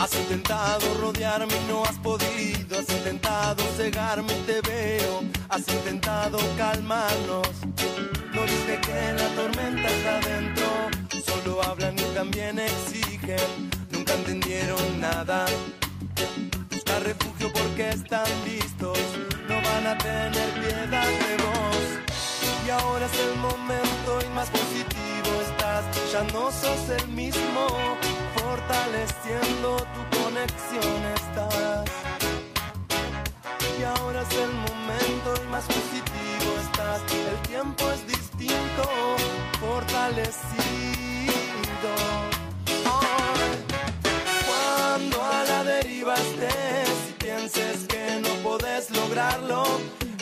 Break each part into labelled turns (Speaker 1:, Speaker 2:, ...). Speaker 1: Has intentado rodearme y no has podido. Has intentado cegarme y te veo. Has intentado calmarnos. No dice que la tormenta está adentro. Solo hablan y también exigen. Nunca entendieron nada. Buscar refugio porque están listos. No van a tener piedad de vos. Y ahora es el momento y más positivo estás. Ya no sos el mismo. Fortaleciendo tu conexión estás. Y ahora es el momento y más positivo estás. El tiempo es distinto. Fortalecido. Hoy, cuando a la deriva estés y pienses que no podés lograrlo,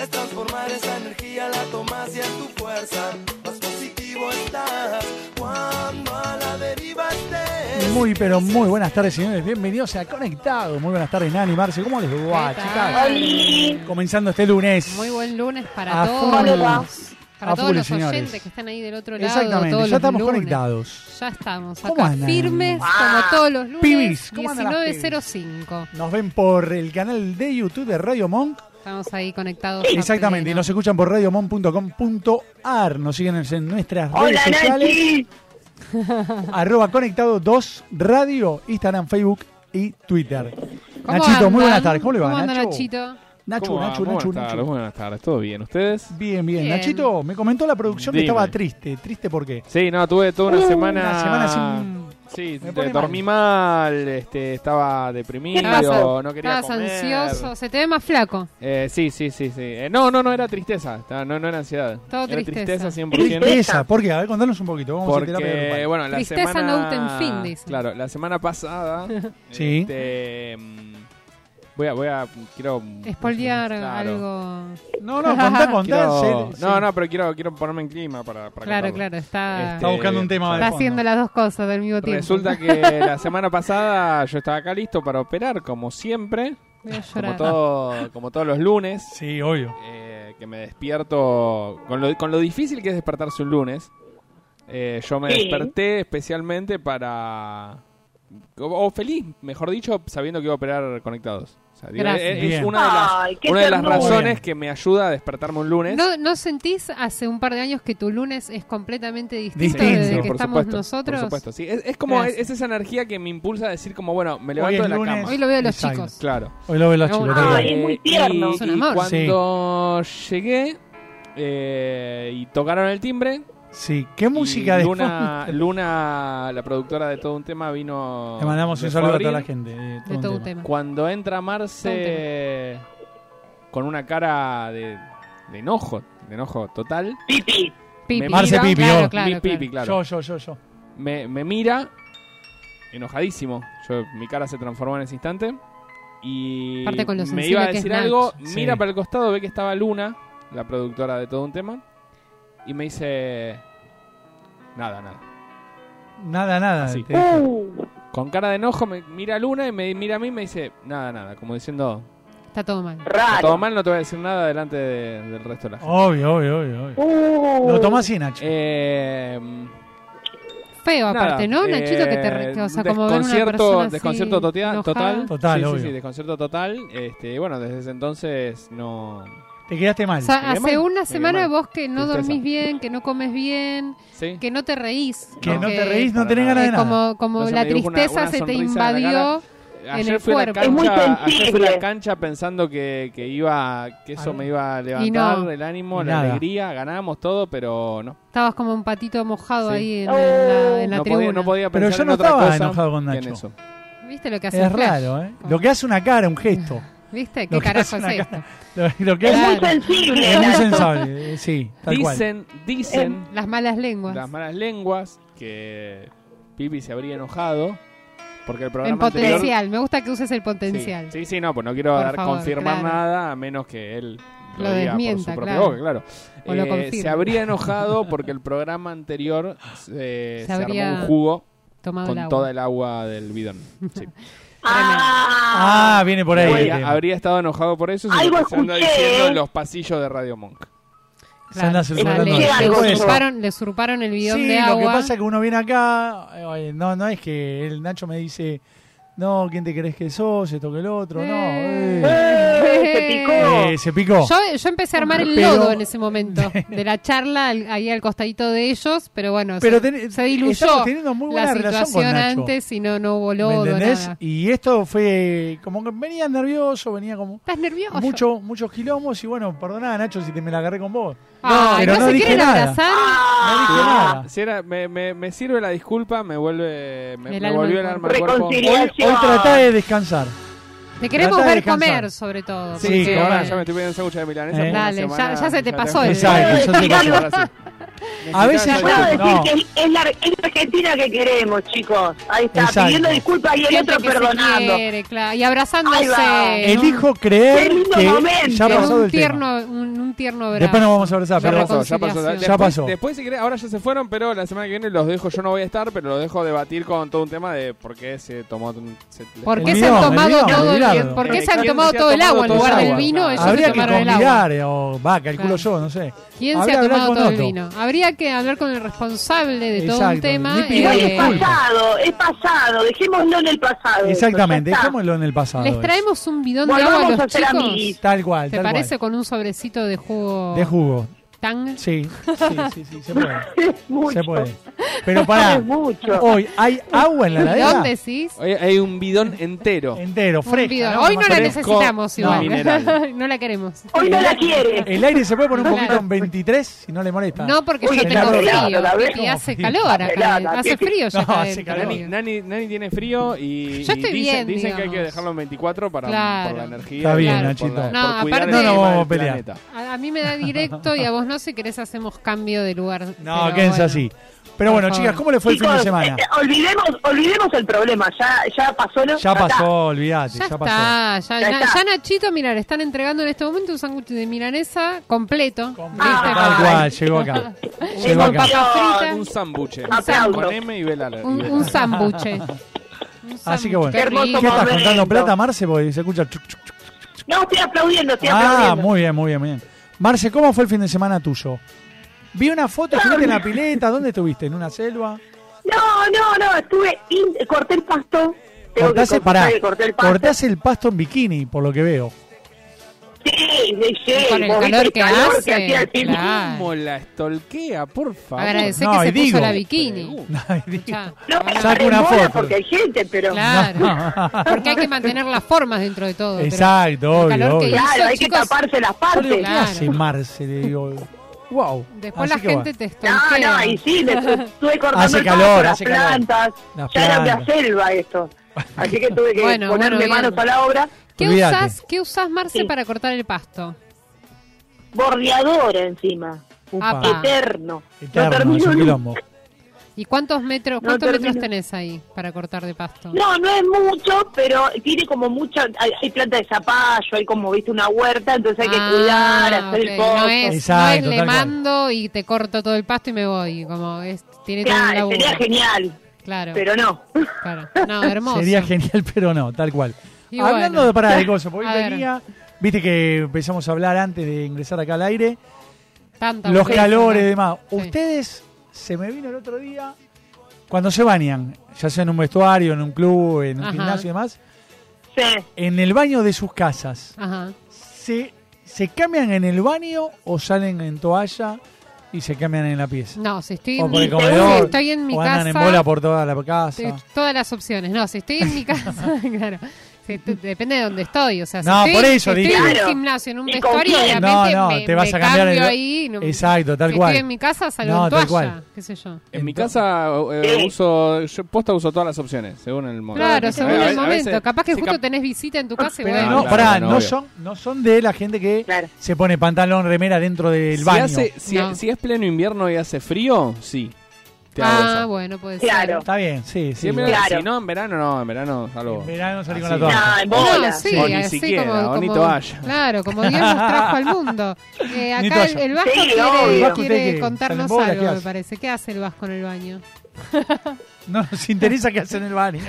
Speaker 1: es transformar esa energía, la tomas y es tu fuerza. Más positivo estás cuando a la deriva estés.
Speaker 2: Muy, pero muy buenas tardes, señores. Bienvenidos a Conectados. Muy buenas tardes, Nani, Marce. ¿Cómo les va,
Speaker 3: ¿Qué
Speaker 2: chicas? Comenzando este lunes.
Speaker 3: Muy buen lunes para
Speaker 2: A
Speaker 3: todos.
Speaker 2: full.
Speaker 3: Para
Speaker 2: A
Speaker 3: todos
Speaker 2: full,
Speaker 3: los
Speaker 2: señores.
Speaker 3: oyentes que están ahí del otro lado.
Speaker 2: Exactamente,
Speaker 3: todos
Speaker 2: ya
Speaker 3: los
Speaker 2: estamos
Speaker 3: lunes.
Speaker 2: conectados.
Speaker 3: Ya estamos
Speaker 2: ¿Cómo
Speaker 3: acá
Speaker 2: andan?
Speaker 3: firmes
Speaker 4: Ah.
Speaker 3: como todos los lunes.
Speaker 2: Pibis, ¿cómo andan las
Speaker 3: 19.05.
Speaker 2: Nos ven por el canal de YouTube de Radio Monk.
Speaker 3: Estamos ahí conectados. a
Speaker 2: Exactamente, y
Speaker 3: pleno.
Speaker 2: nos escuchan por radiomonk.com.ar. Nos siguen en nuestras redes
Speaker 5: Hola
Speaker 2: sociales.
Speaker 5: Nachi,
Speaker 2: Arroba conectado 2 radio, Instagram, Facebook y Twitter.
Speaker 3: ¿Cómo
Speaker 2: Nachito,
Speaker 3: andan?
Speaker 2: muy buenas tardes. ¿Cómo le va,
Speaker 3: ¿Cómo anda
Speaker 2: Nacho?
Speaker 3: Nachito?
Speaker 2: Nacho,
Speaker 4: ¿Cómo va?
Speaker 2: Nacho,
Speaker 4: Buenas
Speaker 2: Nacho,
Speaker 4: tardes,
Speaker 2: Nacho.
Speaker 4: buenas tardes. ¿Todo bien? ¿Ustedes?
Speaker 2: Bien, bien,
Speaker 3: Bien.
Speaker 2: Nachito, me comentó la producción que
Speaker 4: Dime.
Speaker 2: estaba triste. ¿Triste por qué?
Speaker 4: Sí, no, tuve toda una semana...
Speaker 2: Uh, Una semana sin...
Speaker 4: Sí,
Speaker 2: Me pone
Speaker 4: eh, dormí mal, este, estaba deprimido,
Speaker 3: Estabas-
Speaker 4: no quería
Speaker 3: Estabas
Speaker 4: comer.
Speaker 3: ansioso. Se te ve más flaco.
Speaker 4: Eh, sí, sí, sí, sí. Eh, no, no, no, era tristeza, estaba- no, no era ansiedad.
Speaker 3: Todo
Speaker 4: era
Speaker 3: tristeza.
Speaker 4: tristeza 100%.
Speaker 2: Tristeza, pues, ¿por qué? A ver, contanos un poquito. Vamos a terapia
Speaker 4: Porque,
Speaker 2: grupal.
Speaker 4: bueno, la
Speaker 3: Tristeza
Speaker 4: semana...
Speaker 3: nouten fin, dicen.
Speaker 4: Claro, la semana pasada...
Speaker 2: Sí.
Speaker 4: este, mm, voy a, voy a, quiero...
Speaker 3: Espoldear
Speaker 4: Claro.
Speaker 3: algo.
Speaker 2: No, no, contá, contá.
Speaker 4: Quiero-
Speaker 2: sé- sé-
Speaker 4: No, no, pero quiero, quiero ponerme en clima para, para
Speaker 3: Claro,
Speaker 4: contarlo.
Speaker 3: claro. Está,
Speaker 4: Este,
Speaker 2: Está buscando un tema de
Speaker 3: está
Speaker 2: fondo.
Speaker 3: haciendo las dos cosas del mismo tiempo.
Speaker 4: Resulta que la semana pasada yo estaba acá listo para operar, como siempre,
Speaker 3: Voy a
Speaker 4: como,
Speaker 3: llorar.
Speaker 4: todo, como todos los lunes,
Speaker 2: Sí, obvio.
Speaker 4: eh, que me despierto con lo, con lo difícil que es despertarse un lunes. eh, yo me
Speaker 5: Sí.
Speaker 4: desperté especialmente para... O, o feliz, mejor dicho, sabiendo que iba a operar conectados. O sea, digo,
Speaker 3: Gracias.
Speaker 4: es, es
Speaker 2: Bien.
Speaker 4: una de las,
Speaker 5: Ay, qué
Speaker 4: una de las
Speaker 5: ternura.
Speaker 4: razones que me ayuda a despertarme un lunes.
Speaker 3: ¿No, ¿No sentís hace un par de años que tu lunes es completamente distinto
Speaker 2: Distinto,
Speaker 3: desde
Speaker 4: Sí,
Speaker 3: que
Speaker 4: por
Speaker 3: estamos
Speaker 4: supuesto,
Speaker 3: nosotros?
Speaker 4: Por supuesto, sí. Es, es como
Speaker 3: Gracias.
Speaker 4: es esa energía que me impulsa a decir como, bueno, me
Speaker 2: Hoy
Speaker 4: levanto
Speaker 2: es
Speaker 4: de la
Speaker 2: lunes.
Speaker 4: cama.
Speaker 3: Hoy lo veo a los
Speaker 2: Exacto.
Speaker 3: chicos.
Speaker 4: Claro.
Speaker 2: Hoy lo ve la
Speaker 3: No,
Speaker 2: chica.
Speaker 3: no.
Speaker 2: tal cual.
Speaker 5: Ay, es muy
Speaker 4: Eh,
Speaker 5: tierno.
Speaker 4: y-
Speaker 3: Es un amor.
Speaker 4: y cuando llegué eh, y tocaron el timbre,
Speaker 2: Sí, ¿qué música
Speaker 4: y
Speaker 2: de
Speaker 4: Luna,
Speaker 2: fondo?
Speaker 4: Luna, la productora de todo un tema, vino.
Speaker 2: Le mandamos un
Speaker 4: me
Speaker 2: saludo
Speaker 4: fue
Speaker 2: a toda la
Speaker 4: abrir.
Speaker 2: gente. eh,
Speaker 3: De
Speaker 2: un
Speaker 3: todo un
Speaker 2: tema.
Speaker 3: tema.
Speaker 4: Cuando entra Marce con una cara de, de enojo, de enojo total.
Speaker 5: Pipi.
Speaker 3: Pipi.
Speaker 4: Marce
Speaker 3: Claro,
Speaker 2: Pipi,
Speaker 3: claro,
Speaker 2: oh.
Speaker 3: claro,
Speaker 4: mi
Speaker 3: claro.
Speaker 4: pipi, claro.
Speaker 2: Yo, yo, yo, yo.
Speaker 4: me, me mira enojadísimo. Yo, mi cara se transformó en ese instante. Y
Speaker 3: Aparte con lo
Speaker 4: me
Speaker 3: sensible
Speaker 4: iba a
Speaker 3: que es
Speaker 4: decir
Speaker 3: Nach.
Speaker 4: algo.
Speaker 2: Sí.
Speaker 4: Mira para el costado, ve que estaba Luna, la productora de todo un tema. Y me dice. Nada, nada.
Speaker 2: Nada, nada.
Speaker 4: Así.
Speaker 2: te dije.
Speaker 4: Con cara de enojo me mira a Luna y me mira a mí y me dice nada, nada. Como diciendo,
Speaker 3: Está todo mal.
Speaker 4: "Está
Speaker 5: Raro.
Speaker 4: todo mal, no te voy a decir nada delante de- del resto de la gente.
Speaker 2: Obvio, obvio, obvio. obvio.
Speaker 5: Uh.
Speaker 2: Oh. Lo tomás así, Nacho.
Speaker 4: Eh,
Speaker 3: Feo
Speaker 4: Nada,
Speaker 3: aparte, ¿no,
Speaker 4: eh,
Speaker 3: Nachito? Que te, re- que, o sea, como ver una
Speaker 4: desconcierto-
Speaker 3: persona así
Speaker 4: desconcierto totea-
Speaker 3: enojada.
Speaker 4: total.
Speaker 2: Total,
Speaker 4: sí,
Speaker 2: obvio.
Speaker 4: sí, sí, desconcierto total. Este, y bueno, desde ese entonces no.
Speaker 2: Te quedaste mal.
Speaker 3: O sea,
Speaker 4: Me quemé
Speaker 3: hace
Speaker 4: mal,
Speaker 3: una
Speaker 4: me
Speaker 3: semana
Speaker 4: quemé mal.
Speaker 3: vos que no
Speaker 4: Tristeza.
Speaker 3: dormís bien, que no comes bien,
Speaker 4: Sí.
Speaker 3: que no te reís.
Speaker 2: que no
Speaker 4: no,
Speaker 2: te reís, no
Speaker 4: para
Speaker 2: tenés
Speaker 4: nada.
Speaker 2: ganas de
Speaker 3: eh,
Speaker 2: nada.
Speaker 3: como como
Speaker 4: Entonces
Speaker 3: la
Speaker 4: me dibujo una-
Speaker 3: tristeza
Speaker 4: una
Speaker 3: se te
Speaker 4: sonrisa en la cara.
Speaker 3: invadió. en el
Speaker 4: Ayer fui, a la
Speaker 3: cuerpo. Es
Speaker 5: muy
Speaker 4: cancha, ayer fui a
Speaker 5: sensible.
Speaker 4: la cancha pensando que, que iba que eso
Speaker 2: Ah,
Speaker 4: me iba a
Speaker 3: Y
Speaker 4: levantar
Speaker 3: no.
Speaker 4: el ánimo,
Speaker 2: Y
Speaker 4: la
Speaker 2: nada.
Speaker 4: alegría, ganamos todo, pero no.
Speaker 3: Estabas como un patito mojado
Speaker 4: Sí.
Speaker 3: ahí
Speaker 5: Oh.
Speaker 3: en, en la, en la
Speaker 4: no,
Speaker 3: tribuna.
Speaker 4: podía, no podía
Speaker 2: Pero
Speaker 4: pensar
Speaker 2: yo no
Speaker 4: en otra
Speaker 2: estaba
Speaker 4: cosa
Speaker 2: enojado con
Speaker 4: que en
Speaker 2: Nacho.
Speaker 4: eso.
Speaker 3: ¿Viste lo que hace
Speaker 2: Es
Speaker 3: el Flash?
Speaker 2: raro, ¿eh? Lo que hace una cara, un gesto.
Speaker 3: ¿Viste? ¿Qué
Speaker 2: Lo que
Speaker 3: carajo
Speaker 2: hace
Speaker 3: es
Speaker 2: una
Speaker 3: esto?
Speaker 2: Lo, lo que
Speaker 3: Es
Speaker 2: es,
Speaker 3: muy
Speaker 5: muy sensible.
Speaker 2: es muy
Speaker 5: claro.
Speaker 2: sensible, eh, sí, tal cual.
Speaker 4: Dicen, dicen
Speaker 3: Las malas lenguas.
Speaker 4: las malas lenguas que Pipi se habría enojado porque el
Speaker 3: el
Speaker 4: programa anterior-
Speaker 3: potencial. Me gusta que uses el
Speaker 4: Sí,
Speaker 3: potencial.
Speaker 4: Sí, sí, no, pues no quiero
Speaker 3: Por
Speaker 4: dar-
Speaker 3: favor,
Speaker 4: confirmar
Speaker 3: claro.
Speaker 4: nada a menos que él lo,
Speaker 3: Lo
Speaker 4: diga por
Speaker 3: desmienta,
Speaker 4: su propia
Speaker 3: claro.
Speaker 4: boca, claro. Eh,
Speaker 3: O lo confirme.
Speaker 4: se habría enojado porque el programa anterior se,
Speaker 3: Se
Speaker 4: se armó
Speaker 3: habría
Speaker 4: un jugo
Speaker 3: Tomado el
Speaker 4: con
Speaker 3: agua.
Speaker 4: toda el agua del bidón. Sí.
Speaker 5: Ah,
Speaker 2: Ah, viene por ahí. el
Speaker 4: habría,
Speaker 2: tema.
Speaker 4: habría estado enojado por eso, se
Speaker 5: Algo
Speaker 4: lo que se anda
Speaker 5: escuché,
Speaker 4: diciendo
Speaker 5: ¿eh?
Speaker 4: en los pasillos de Radio Monk.
Speaker 2: Se anda circulando
Speaker 3: le,
Speaker 5: eso.
Speaker 3: le
Speaker 5: Algo como-
Speaker 3: usurparon, le usurparon el bidón
Speaker 2: Sí,
Speaker 3: de
Speaker 2: lo que
Speaker 3: agua.
Speaker 2: pasa es que uno viene acá, eh, no, no es que el Nacho me dice, no, ¿quién te crees que sos? Esto que el otro, no.
Speaker 3: Eh.
Speaker 2: eh.
Speaker 5: Eh, se picó.
Speaker 2: Eh, se picó.
Speaker 3: Yo, yo empecé a armar el
Speaker 2: Pero-
Speaker 3: lodo en ese momento de la charla al- ahí al costadito de ellos, pero bueno,
Speaker 2: Pero
Speaker 3: se,
Speaker 2: ten-
Speaker 3: se diluyó
Speaker 2: estamos teniendo muy buena
Speaker 3: la
Speaker 2: relación
Speaker 3: situación
Speaker 2: con Nacho.
Speaker 3: antes y no, no hubo
Speaker 2: ¿Me
Speaker 3: lodo,
Speaker 2: entendés?
Speaker 3: nada.
Speaker 2: Y esto fue como que venía nervioso, venía como
Speaker 3: ¿Estás nervioso?
Speaker 2: mucho, muchos quilombos y bueno, perdoná Nacho si te me la agarré con vos.
Speaker 3: Ay,
Speaker 2: pero
Speaker 3: ¿no,
Speaker 2: no
Speaker 3: se
Speaker 2: dije
Speaker 3: quieren
Speaker 2: nada.
Speaker 3: abrazar?
Speaker 2: No
Speaker 5: Ah.
Speaker 2: dije nada.
Speaker 4: Si era- me, me- me sirve la disculpa, me vuelve me,
Speaker 3: El
Speaker 4: me
Speaker 3: alma
Speaker 4: volvió
Speaker 3: al
Speaker 4: el arma al
Speaker 5: cuerpo.
Speaker 4: cuerpo.
Speaker 5: Reconciliar.
Speaker 2: Hoy, hoy tratá de descansar.
Speaker 3: Te queremos
Speaker 2: Tratá de
Speaker 3: ver
Speaker 2: descansar.
Speaker 3: comer, sobre todo.
Speaker 4: Sí,
Speaker 2: Sí,
Speaker 4: sí,
Speaker 3: porque-
Speaker 4: ahora
Speaker 2: correcto.
Speaker 4: ya me estoy pidiendo un sándwich de milanesa.
Speaker 2: Eh.
Speaker 4: por una
Speaker 3: Dale, ya-
Speaker 4: semana,
Speaker 3: ya se te pasó
Speaker 4: tengo-
Speaker 3: el-
Speaker 2: Exacto, yo te paso.
Speaker 4: Ahora sí.
Speaker 2: A veces-
Speaker 5: Te
Speaker 4: Necesitaba-
Speaker 5: acabo de decir
Speaker 2: No.
Speaker 5: que es- es la, es la Argentina que queremos, chicos. Ahí está,
Speaker 2: Exacto.
Speaker 5: pidiendo disculpas y el
Speaker 3: Gente
Speaker 5: otro
Speaker 3: que se
Speaker 5: perdonando.
Speaker 3: quiere, claro, y abrazándose.
Speaker 5: Ahí va.
Speaker 3: ¿no?
Speaker 2: Elijo creer
Speaker 5: Qué lindo
Speaker 2: que
Speaker 5: momento.
Speaker 2: ya
Speaker 3: En
Speaker 2: pasó
Speaker 3: un
Speaker 2: el tema.
Speaker 3: tierno, un, un tierno abrazo.
Speaker 2: Después nos vamos a abrazar,
Speaker 3: Ya
Speaker 4: Ya
Speaker 2: pero
Speaker 4: pasó, ya pasó.
Speaker 3: reconciliación.
Speaker 4: Después,
Speaker 2: Ya pasó.
Speaker 4: Después, si querés, ahora ya se fueron, pero la semana que viene los dejo. Yo no voy a estar, pero los dejo debatir con todo un tema de por qué se tomó. un- se-
Speaker 3: ¿Por
Speaker 2: El
Speaker 3: qué se
Speaker 2: bidón,
Speaker 3: han
Speaker 2: el
Speaker 3: tomado
Speaker 2: bidón,
Speaker 3: todo
Speaker 2: el
Speaker 3: el,
Speaker 2: bilardo.
Speaker 3: por qué
Speaker 4: Eh,
Speaker 3: se han
Speaker 4: ¿quién
Speaker 3: tomado
Speaker 4: se ha
Speaker 3: todo el
Speaker 4: tomado
Speaker 3: agua en
Speaker 4: todo
Speaker 3: lugar
Speaker 4: el
Speaker 3: del
Speaker 4: agua?
Speaker 3: vino? Ellos
Speaker 2: habría
Speaker 3: se
Speaker 2: que
Speaker 3: tomaron el agua.
Speaker 2: combinar, eh, o va, calculo
Speaker 3: Claro.
Speaker 2: yo, no sé.
Speaker 3: ¿Quién se
Speaker 2: Habría
Speaker 3: ha
Speaker 2: que hablar
Speaker 3: tomado
Speaker 2: con
Speaker 3: todo el
Speaker 2: Otto.
Speaker 3: vino? Habría que hablar con el responsable de todo un
Speaker 2: Exacto,
Speaker 3: tema. eh,
Speaker 2: ni pidió
Speaker 5: Igual es
Speaker 2: Disculpa.
Speaker 5: pasado, es pasado, dejémoslo en el pasado. eso,
Speaker 2: Exactamente,
Speaker 5: ya está.
Speaker 2: dejémoslo en el pasado.
Speaker 3: ¿Les
Speaker 2: eso.
Speaker 3: traemos un bidón de agua a
Speaker 5: Volvamos
Speaker 3: los
Speaker 5: a ser
Speaker 3: chicos?
Speaker 5: amiguis.
Speaker 2: Tal cual,
Speaker 3: ¿Te
Speaker 2: tal
Speaker 3: parece
Speaker 2: cual.
Speaker 3: con un sobrecito de jugo
Speaker 2: De jugo.
Speaker 3: tan?
Speaker 2: Sí, sí, sí, sí, se puede.
Speaker 5: Es mucho.
Speaker 2: se puede. Pero pará,
Speaker 5: Es mucho.
Speaker 2: hoy hay agua en la
Speaker 3: ¿De
Speaker 2: heladera.
Speaker 3: dónde decís?
Speaker 4: Hoy hay un bidón entero.
Speaker 2: Entero,
Speaker 3: Un
Speaker 2: fresca.
Speaker 3: bidón.
Speaker 2: ¿no?
Speaker 3: Hoy no la
Speaker 2: Como-
Speaker 4: Fresco,
Speaker 3: necesitamos
Speaker 4: no,
Speaker 3: igual.
Speaker 4: mineral.
Speaker 3: No, la queremos.
Speaker 5: Hoy no la quiere.
Speaker 2: El aire se puede poner un poquito
Speaker 3: Claro.
Speaker 2: en 23 si no le molesta.
Speaker 3: No, porque
Speaker 5: Uy,
Speaker 3: yo
Speaker 5: está
Speaker 3: tengo
Speaker 5: helado,
Speaker 3: frío.
Speaker 5: la vez.
Speaker 3: Y hace
Speaker 2: No,
Speaker 3: calor acá.
Speaker 5: helada,
Speaker 3: Hace
Speaker 5: sí.
Speaker 3: frío ya.
Speaker 2: No,
Speaker 3: acá
Speaker 2: hace
Speaker 3: dentro.
Speaker 2: calor.
Speaker 4: Nani, Nani tiene frío y,
Speaker 3: Yo
Speaker 4: y
Speaker 3: estoy
Speaker 4: dicen,
Speaker 3: bien,
Speaker 4: dicen que hay que
Speaker 3: digamos.
Speaker 4: dejarlo en 24 para,
Speaker 3: Claro.
Speaker 4: por la energía.
Speaker 2: Está bien,
Speaker 4: por la-
Speaker 2: Nachito.
Speaker 4: por
Speaker 3: No,
Speaker 4: cuidar
Speaker 3: aparte-
Speaker 4: el
Speaker 3: No nos
Speaker 4: clima
Speaker 2: vamos a
Speaker 4: del
Speaker 2: pelear.
Speaker 4: planeta.
Speaker 3: A, a mí me da directo y a vos no. Si querés hacemos cambio de lugar.
Speaker 2: No,
Speaker 3: Pero
Speaker 2: quédense
Speaker 3: bueno.
Speaker 2: así. Pero
Speaker 3: Por
Speaker 2: bueno,
Speaker 3: favor.
Speaker 2: chicas, ¿cómo le fue el fin de
Speaker 5: Chicos,
Speaker 2: semana?
Speaker 5: eh, olvidemos, olvidemos el problema, ya, ya pasó. ¿no?
Speaker 2: Ya
Speaker 5: está.
Speaker 2: pasó, olvídate,
Speaker 3: Ya,
Speaker 2: ya pasó.
Speaker 3: está, Ah, ya,
Speaker 5: Ya
Speaker 3: na-
Speaker 5: está.
Speaker 3: ya Nachito, mira, le están entregando en este momento un sándwich de milanesa completo. Ah,
Speaker 2: Completo, Ah,
Speaker 3: ¿viste?
Speaker 2: Tal cual, llegó acá. Llegó
Speaker 3: Con
Speaker 2: acá.
Speaker 3: papas fritas,
Speaker 4: Un sambuche.
Speaker 5: Aplausos.
Speaker 4: Con M y vela. y
Speaker 3: un,
Speaker 4: vela.
Speaker 3: un sándwich.
Speaker 2: Así que bueno.
Speaker 3: Qué
Speaker 5: Hermoso
Speaker 3: rico.
Speaker 2: ¿Qué estás
Speaker 5: momento.
Speaker 2: contando plata, Marce? Porque se escucha. chuc, chuc, chuc.
Speaker 5: No, estoy aplaudiendo, estoy
Speaker 2: Ah,
Speaker 5: aplaudiendo.
Speaker 2: muy bien, muy bien, muy bien. Marce, ¿cómo fue el fin de semana tuyo? Vi una foto, estuviste en la pileta. ¿Dónde estuviste? ¿En una selva?
Speaker 5: No, no, no, estuve, in- corté el pasto. Tengo que
Speaker 2: Cortás,
Speaker 5: confesar
Speaker 2: pará,
Speaker 5: que corté el pasto.
Speaker 2: cortás el pasto en bikini, por lo que veo.
Speaker 5: Sí, sí, sí,
Speaker 3: Con el
Speaker 5: vos viste
Speaker 3: calor que hace,
Speaker 5: hacía al fin.
Speaker 3: claro.
Speaker 4: ¿Cómo la estolquea, por favor?
Speaker 3: Agradecé
Speaker 2: No,
Speaker 3: que
Speaker 2: y
Speaker 3: se
Speaker 2: digo.
Speaker 3: puso la bikini.
Speaker 2: Ay, Dios.
Speaker 3: Escuchá,
Speaker 5: No, me
Speaker 2: Saca una
Speaker 5: paré en bola
Speaker 2: foto.
Speaker 5: Porque hay gente, pero...
Speaker 3: Claro. Porque hay que mantener las formas dentro de todo. pero-
Speaker 2: Exacto,
Speaker 3: el
Speaker 2: obvio,
Speaker 3: calor que hizo,
Speaker 2: obvio.
Speaker 5: Claro, hay
Speaker 3: chicos,
Speaker 5: que taparse las partes.
Speaker 2: ¿Qué
Speaker 3: Claro.
Speaker 2: hace Marce? Le digo, wow.
Speaker 3: Después
Speaker 2: Así
Speaker 3: la
Speaker 2: que bueno.
Speaker 3: gente te
Speaker 5: No,
Speaker 3: estonquea.
Speaker 5: no, y sí, me estuve cortando
Speaker 2: Hace
Speaker 5: el
Speaker 2: calor,
Speaker 5: pasto, las
Speaker 2: hace calor.
Speaker 5: plantas.
Speaker 2: Las
Speaker 5: ya era una
Speaker 2: plantas.
Speaker 5: selva esto. Así que tuve que
Speaker 3: Bueno,
Speaker 5: ponerme
Speaker 3: bueno, bien.
Speaker 5: manos a la obra.
Speaker 3: ¿Qué,
Speaker 2: Olvídate.
Speaker 3: usás, ¿Qué usás, Marce,
Speaker 5: Sí.
Speaker 3: para cortar el pasto?
Speaker 5: Bordeadora encima.
Speaker 2: Upa,
Speaker 3: Apa. Ah.
Speaker 5: Eterno. no
Speaker 2: Eterno, es
Speaker 5: termino
Speaker 2: un
Speaker 5: nunca.
Speaker 2: quilombo.
Speaker 3: ¿Y cuántos metros,
Speaker 5: No,
Speaker 3: cuántos metros
Speaker 5: termino.
Speaker 3: tenés ahí para cortar de pasto?
Speaker 5: No, no es mucho, pero tiene como mucha... Hay, hay planta de zapallo, hay como, viste, una huerta, entonces hay que
Speaker 3: Ah,
Speaker 5: cuidar, hacer
Speaker 3: ok,
Speaker 5: el pozo.
Speaker 3: No es,
Speaker 2: Exacto,
Speaker 3: no es le
Speaker 2: tal cual.
Speaker 3: mando y te corto todo el pasto y me voy. Como es, tiene todo un
Speaker 5: Claro,
Speaker 3: laburo.
Speaker 5: sería genial,
Speaker 3: Claro,
Speaker 5: pero no.
Speaker 3: claro. No, hermoso.
Speaker 2: Sería genial, pero no, tal cual.
Speaker 3: Y
Speaker 2: Hablando
Speaker 3: bueno.
Speaker 2: de parada de cosas, porque
Speaker 3: A
Speaker 2: hoy
Speaker 3: ver.
Speaker 2: venía, viste que empezamos a hablar antes de ingresar acá al aire,
Speaker 3: Tanta
Speaker 2: los
Speaker 3: hamburguesa,
Speaker 2: calores y
Speaker 3: ¿no?
Speaker 2: demás.
Speaker 3: Sí.
Speaker 2: Ustedes, se me vino el otro día, cuando se bañan, ya sea en un vestuario, en un club, en un
Speaker 3: Ajá.
Speaker 2: gimnasio y demás,
Speaker 5: Sí.
Speaker 2: en el baño de sus casas,
Speaker 3: Ajá.
Speaker 2: ¿se, ¿se cambian en el baño o salen en toalla y se cambian en la pieza?
Speaker 3: No, si estoy,
Speaker 2: O
Speaker 3: en
Speaker 2: por el
Speaker 3: mi,
Speaker 2: comedor,
Speaker 3: si estoy en mi
Speaker 2: o
Speaker 3: casa,
Speaker 2: andan en bola por toda la casa.
Speaker 3: te- todas las opciones. No, si estoy en mi casa, claro. Sí, t- depende de dónde estoy. O sea, si
Speaker 2: No,
Speaker 3: estoy,
Speaker 2: por eso
Speaker 3: si estoy
Speaker 5: dije.
Speaker 3: en un
Speaker 5: Claro.
Speaker 3: gimnasio, en un
Speaker 5: Y
Speaker 3: vestuario, de
Speaker 5: confía.
Speaker 3: repente
Speaker 2: No, no,
Speaker 3: me,
Speaker 2: te vas
Speaker 3: me
Speaker 2: a cambiar el-
Speaker 3: cambio ahí. y no-
Speaker 2: Exacto, tal
Speaker 3: si
Speaker 2: cual.
Speaker 3: estoy en mi casa, salgo
Speaker 2: No,
Speaker 3: en
Speaker 2: tal
Speaker 3: toalla,
Speaker 2: cual.
Speaker 3: qué sé yo.
Speaker 4: En mi
Speaker 2: Entonces-
Speaker 4: casa eh,
Speaker 5: Sí.
Speaker 4: uso, yo posta uso todas las opciones, según el momento.
Speaker 3: Claro,
Speaker 5: Claro,
Speaker 3: según
Speaker 5: a
Speaker 3: el
Speaker 5: veces- Ah,
Speaker 3: momento. Capaz que
Speaker 4: se
Speaker 3: justo
Speaker 4: cap-
Speaker 3: tenés visita en tu casa y
Speaker 2: Pero
Speaker 3: bueno.
Speaker 2: no,
Speaker 4: Claro,
Speaker 2: pará,
Speaker 4: no,
Speaker 2: no,
Speaker 4: obvio.
Speaker 2: son, no son de la gente que
Speaker 5: Claro.
Speaker 2: se pone pantalón, remera dentro del
Speaker 4: si
Speaker 2: baño.
Speaker 4: hace- si,
Speaker 3: No.
Speaker 4: si es pleno invierno y hace frío, sí. Te hago
Speaker 3: Ah,
Speaker 4: esa.
Speaker 3: bueno, puede
Speaker 5: Claro.
Speaker 2: Está bien, sí,
Speaker 4: Si
Speaker 2: sí.
Speaker 4: es
Speaker 2: bueno.
Speaker 4: verano-
Speaker 5: Claro.
Speaker 4: si no, en verano no, en verano salgo.
Speaker 2: En verano salí con
Speaker 4: Así.
Speaker 2: la toalla.
Speaker 5: No, en
Speaker 3: ser. No,
Speaker 5: bola.
Speaker 3: sí,
Speaker 4: O ni
Speaker 3: así
Speaker 4: siquiera,
Speaker 3: como,
Speaker 4: o ni
Speaker 3: como-
Speaker 4: toalla.
Speaker 3: Claro, como Dios nos trajo al mundo. Eh,
Speaker 2: Ni
Speaker 3: acá
Speaker 2: toalla.
Speaker 3: el, el Vasco
Speaker 5: Sí,
Speaker 3: quiere,
Speaker 5: obvio. El
Speaker 2: Vasco
Speaker 3: quiere
Speaker 2: tiene que
Speaker 3: contarnos
Speaker 2: salir en bola,
Speaker 3: algo,
Speaker 2: ¿qué
Speaker 3: me
Speaker 2: hace?
Speaker 3: parece. ¿Qué hace el Vasco en el baño?
Speaker 2: No nos interesa qué hacen en el baño.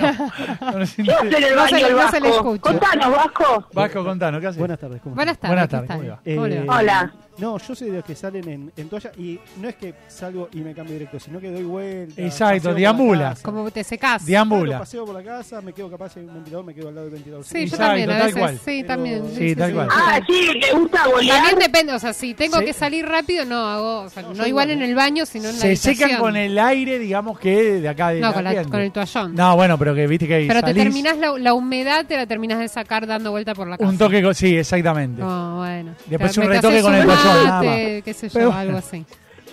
Speaker 2: No, No nos
Speaker 5: ¿Qué hace
Speaker 2: interesa.
Speaker 5: en el
Speaker 3: No se
Speaker 5: baño
Speaker 3: le-
Speaker 5: el
Speaker 3: no se le
Speaker 5: Vasco?
Speaker 3: escucha.
Speaker 5: Contanos, Vasco.
Speaker 2: Vasco, contanos, ¿qué haces?
Speaker 6: Buenas tardes, ¿cómo
Speaker 3: Buenas
Speaker 6: están?
Speaker 3: tardes.
Speaker 2: Buenas
Speaker 3: ¿qué
Speaker 2: tardes,
Speaker 3: tal?
Speaker 2: ¿cómo le va?
Speaker 3: ¿Cómo le
Speaker 6: Eh,
Speaker 3: va?
Speaker 5: Hola.
Speaker 6: No, yo soy de los que salen en, en toalla y no es que salgo y me cambio directo, sino que doy vuelta.
Speaker 2: Exacto,
Speaker 6: paseo por la
Speaker 2: deambula.
Speaker 6: casa.
Speaker 3: Como te secás.
Speaker 6: Claro,
Speaker 2: Deambula.
Speaker 6: paseo por la casa, me quedo capaz en un ventilador, me quedo al lado del ventilador.
Speaker 3: Sí, yo
Speaker 2: Exacto,
Speaker 3: también, a
Speaker 2: tal
Speaker 3: veces.
Speaker 2: cual.
Speaker 3: Sí,
Speaker 6: Pero-
Speaker 3: también.
Speaker 6: Sí,
Speaker 2: tal cual.
Speaker 5: Ah, sí, le gusta bolear.
Speaker 3: También depende, o sea, si tengo
Speaker 2: Se-
Speaker 3: que salir rápido, no hago, o sea, no,
Speaker 6: No, yo
Speaker 3: igual
Speaker 6: igual.
Speaker 3: en el baño, sino en la
Speaker 2: Se secan
Speaker 3: habitación.
Speaker 2: con el aire, digamos que de acá de
Speaker 3: No, con, la-
Speaker 2: ambiente.
Speaker 3: con el toallón.
Speaker 2: No, bueno, pero que viste que ahí
Speaker 3: Pero te
Speaker 2: salís,
Speaker 3: terminás la, la humedad, te la terminás de sacar dando vuelta por la casa.
Speaker 2: un toque, con- sí, exactamente.
Speaker 3: No, bueno.
Speaker 2: Después
Speaker 3: Te-
Speaker 2: un
Speaker 3: te
Speaker 2: retoque
Speaker 3: haces
Speaker 2: con
Speaker 3: un
Speaker 2: el toallón, nada
Speaker 3: mate, qué sé yo,
Speaker 2: Pero bueno.
Speaker 3: algo así.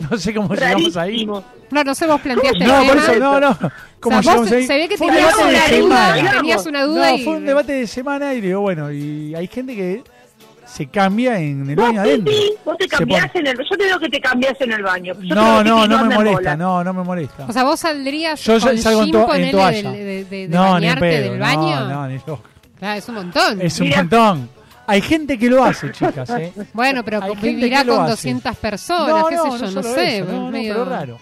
Speaker 2: No sé cómo llegamos ahí.
Speaker 5: Rarísimo.
Speaker 3: No, no sé, vos planteaste
Speaker 2: No,
Speaker 3: el
Speaker 2: por
Speaker 3: tema.
Speaker 2: eso, no, no. ¿Cómo
Speaker 3: o sea, vos
Speaker 2: llegamos ahí?
Speaker 3: se ve que
Speaker 2: Fue un
Speaker 3: tenías
Speaker 5: debate
Speaker 3: una,
Speaker 5: de
Speaker 3: duda,
Speaker 5: semana.
Speaker 3: tenías una duda
Speaker 2: No,
Speaker 3: y...
Speaker 2: fue un debate de semana y digo, bueno, y hay gente que se cambia en el baño
Speaker 5: Vos,
Speaker 2: adentro.
Speaker 5: Pipi, vos te
Speaker 2: Se
Speaker 5: cambiás
Speaker 2: pone-
Speaker 5: en el Yo te veo que te cambiás en el baño. Yo
Speaker 2: No,
Speaker 5: creo que
Speaker 2: no,
Speaker 5: sí,
Speaker 2: no me
Speaker 5: andan
Speaker 2: molesta,
Speaker 5: bola.
Speaker 2: no, no me molesta.
Speaker 3: O sea, vos saldrías
Speaker 2: Yo
Speaker 3: con
Speaker 2: salgo en,
Speaker 3: jean,
Speaker 2: to- en
Speaker 3: ponele,
Speaker 2: toalla.
Speaker 3: de, de- de- de
Speaker 2: no, ni en
Speaker 3: bañarte
Speaker 2: pedo.
Speaker 3: del baño. Pues
Speaker 2: No, no, ni loco.
Speaker 3: Claro, es un montón.
Speaker 2: Es un
Speaker 5: Mirá.
Speaker 2: montón. Hay gente que lo hace, chicas, ¿eh?
Speaker 3: Bueno, pero
Speaker 2: Hay gente
Speaker 3: vivirá
Speaker 2: que lo
Speaker 3: con
Speaker 2: hace.
Speaker 3: 200 personas,
Speaker 2: no,
Speaker 3: qué
Speaker 2: no,
Speaker 3: sé yo, no,
Speaker 2: solo
Speaker 3: sé.
Speaker 2: eso,
Speaker 3: pues,
Speaker 2: no, no,
Speaker 3: medio-
Speaker 2: pero raro.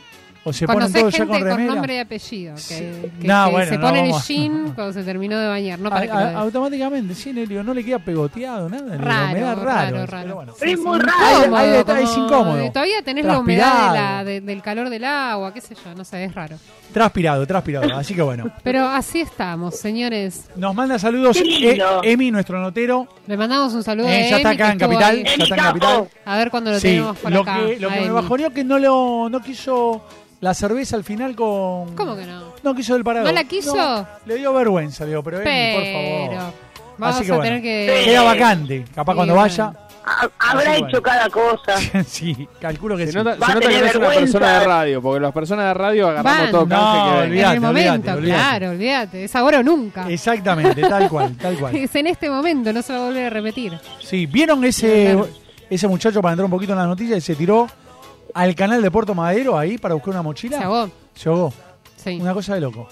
Speaker 2: O se ponen
Speaker 3: Conocés
Speaker 2: todos
Speaker 3: gente
Speaker 2: ya con
Speaker 3: con,
Speaker 2: remera.
Speaker 3: nombre y apellido, que,
Speaker 2: Sí.
Speaker 3: que-
Speaker 2: No,
Speaker 3: que
Speaker 2: bueno,
Speaker 3: se
Speaker 2: no,
Speaker 3: pone el
Speaker 2: vamos. Ah,
Speaker 3: jean cuando se terminó de bañar, no
Speaker 2: A-
Speaker 3: para que
Speaker 2: a-
Speaker 3: lo-
Speaker 2: automáticamente, sí, Nelio, no le queda pegoteado, nada. Nelio,
Speaker 3: Raro,
Speaker 2: me da
Speaker 3: raro,
Speaker 2: raro. eso,
Speaker 3: raro.
Speaker 2: pero bueno.
Speaker 5: Pero es muy
Speaker 2: Hay-
Speaker 5: raro.
Speaker 3: Incómodo,
Speaker 2: hay detalles
Speaker 3: como-
Speaker 2: incómodos.
Speaker 3: de- Todavía tenés la humedad de la-
Speaker 2: Transpirado.
Speaker 3: de- del calor del agua, qué sé yo, no sé, es raro.
Speaker 2: Transpirado, transpirado. Así que bueno.
Speaker 3: Pero así estamos, señores.
Speaker 2: Nos manda saludos
Speaker 5: Qué lindo.
Speaker 2: eh, Emi, nuestro notero.
Speaker 3: Le mandamos un saludo
Speaker 2: Eh,
Speaker 3: a
Speaker 2: ya está
Speaker 3: Emi,
Speaker 2: acá
Speaker 3: que
Speaker 2: en
Speaker 3: estuvo
Speaker 2: Capital.
Speaker 3: ahí.
Speaker 2: Ya está en
Speaker 5: Emi,
Speaker 2: Capital.
Speaker 5: capo.
Speaker 3: A ver cuando lo
Speaker 2: Sí,
Speaker 3: tenemos por
Speaker 2: lo
Speaker 3: acá.
Speaker 2: que, lo
Speaker 3: a
Speaker 2: que me
Speaker 3: Emi.
Speaker 2: bajoneó que no, lo, no quiso la cerveza al final con...
Speaker 3: ¿Cómo que no?
Speaker 2: No quiso el parador.
Speaker 3: ¿No la quiso?
Speaker 2: le dio vergüenza, digo, pero, Emi, por
Speaker 3: Pero
Speaker 2: favor.
Speaker 3: vamos
Speaker 2: Así que
Speaker 3: a
Speaker 2: bueno.
Speaker 3: tener que...
Speaker 5: Sí.
Speaker 2: Queda vacante. Capaz
Speaker 3: Sí,
Speaker 2: cuando
Speaker 3: bueno.
Speaker 2: vaya...
Speaker 5: Ha- Habrá
Speaker 2: Así Ah, bueno.
Speaker 5: hecho cada cosa.
Speaker 2: sí, calculo que
Speaker 4: Se
Speaker 2: sí.
Speaker 4: nota,
Speaker 5: Va
Speaker 4: se
Speaker 5: a
Speaker 4: nota que
Speaker 5: tener
Speaker 4: no es una
Speaker 5: vergüenza.
Speaker 4: persona de radio, porque las personas de radio agarramos
Speaker 3: Van.
Speaker 4: todo canje
Speaker 2: No,
Speaker 4: que venga.
Speaker 3: En
Speaker 2: Olvídate,
Speaker 3: el momento,
Speaker 2: olvídate, Eh, olvídate.
Speaker 3: claro, olvídate. Es ahora o nunca.
Speaker 2: Exactamente, tal cual, tal cual.
Speaker 3: Es en este momento, no se va a volver a repetir.
Speaker 2: Sí, ¿vieron ese,
Speaker 3: Claro.
Speaker 2: ese muchacho para entrar un poquito en las noticias y se tiró al canal de Puerto Madero ahí para buscar una mochila?
Speaker 3: Se ahogó.
Speaker 2: Se ahogó.
Speaker 3: Sí,
Speaker 2: Una cosa de loco.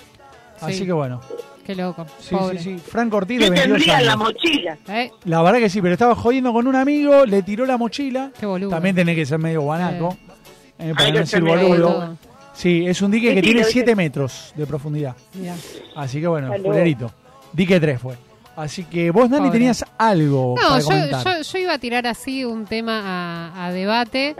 Speaker 2: Así que bueno.
Speaker 3: qué loco.
Speaker 2: Sí,
Speaker 3: Pobre.
Speaker 2: sí, sí. Franco Ortiz de
Speaker 5: ¿Qué
Speaker 2: 22
Speaker 5: tendría en la
Speaker 2: años.
Speaker 5: mochila?
Speaker 3: Eh,
Speaker 2: La verdad que sí, pero estaba jodiendo con un amigo, le tiró la mochila.
Speaker 3: Qué boludo.
Speaker 2: También tenés que ser medio guanaco. eh, para
Speaker 5: Hay
Speaker 2: no
Speaker 5: que
Speaker 2: decir
Speaker 5: ser medio
Speaker 2: boludo.
Speaker 3: boludo.
Speaker 2: Sí, es un dique
Speaker 5: Sí,
Speaker 2: que
Speaker 5: sí,
Speaker 2: tiene
Speaker 5: lo hice.
Speaker 2: 7 metros de profundidad.
Speaker 3: mirá.
Speaker 2: Así que bueno,
Speaker 5: Salud.
Speaker 2: culerito. Dique 3 fue. Así que vos, Nani,
Speaker 3: Pobre.
Speaker 2: tenías algo
Speaker 3: No,
Speaker 2: para
Speaker 3: yo,
Speaker 2: comentar.
Speaker 3: yo, yo iba a tirar así un tema a, a debate.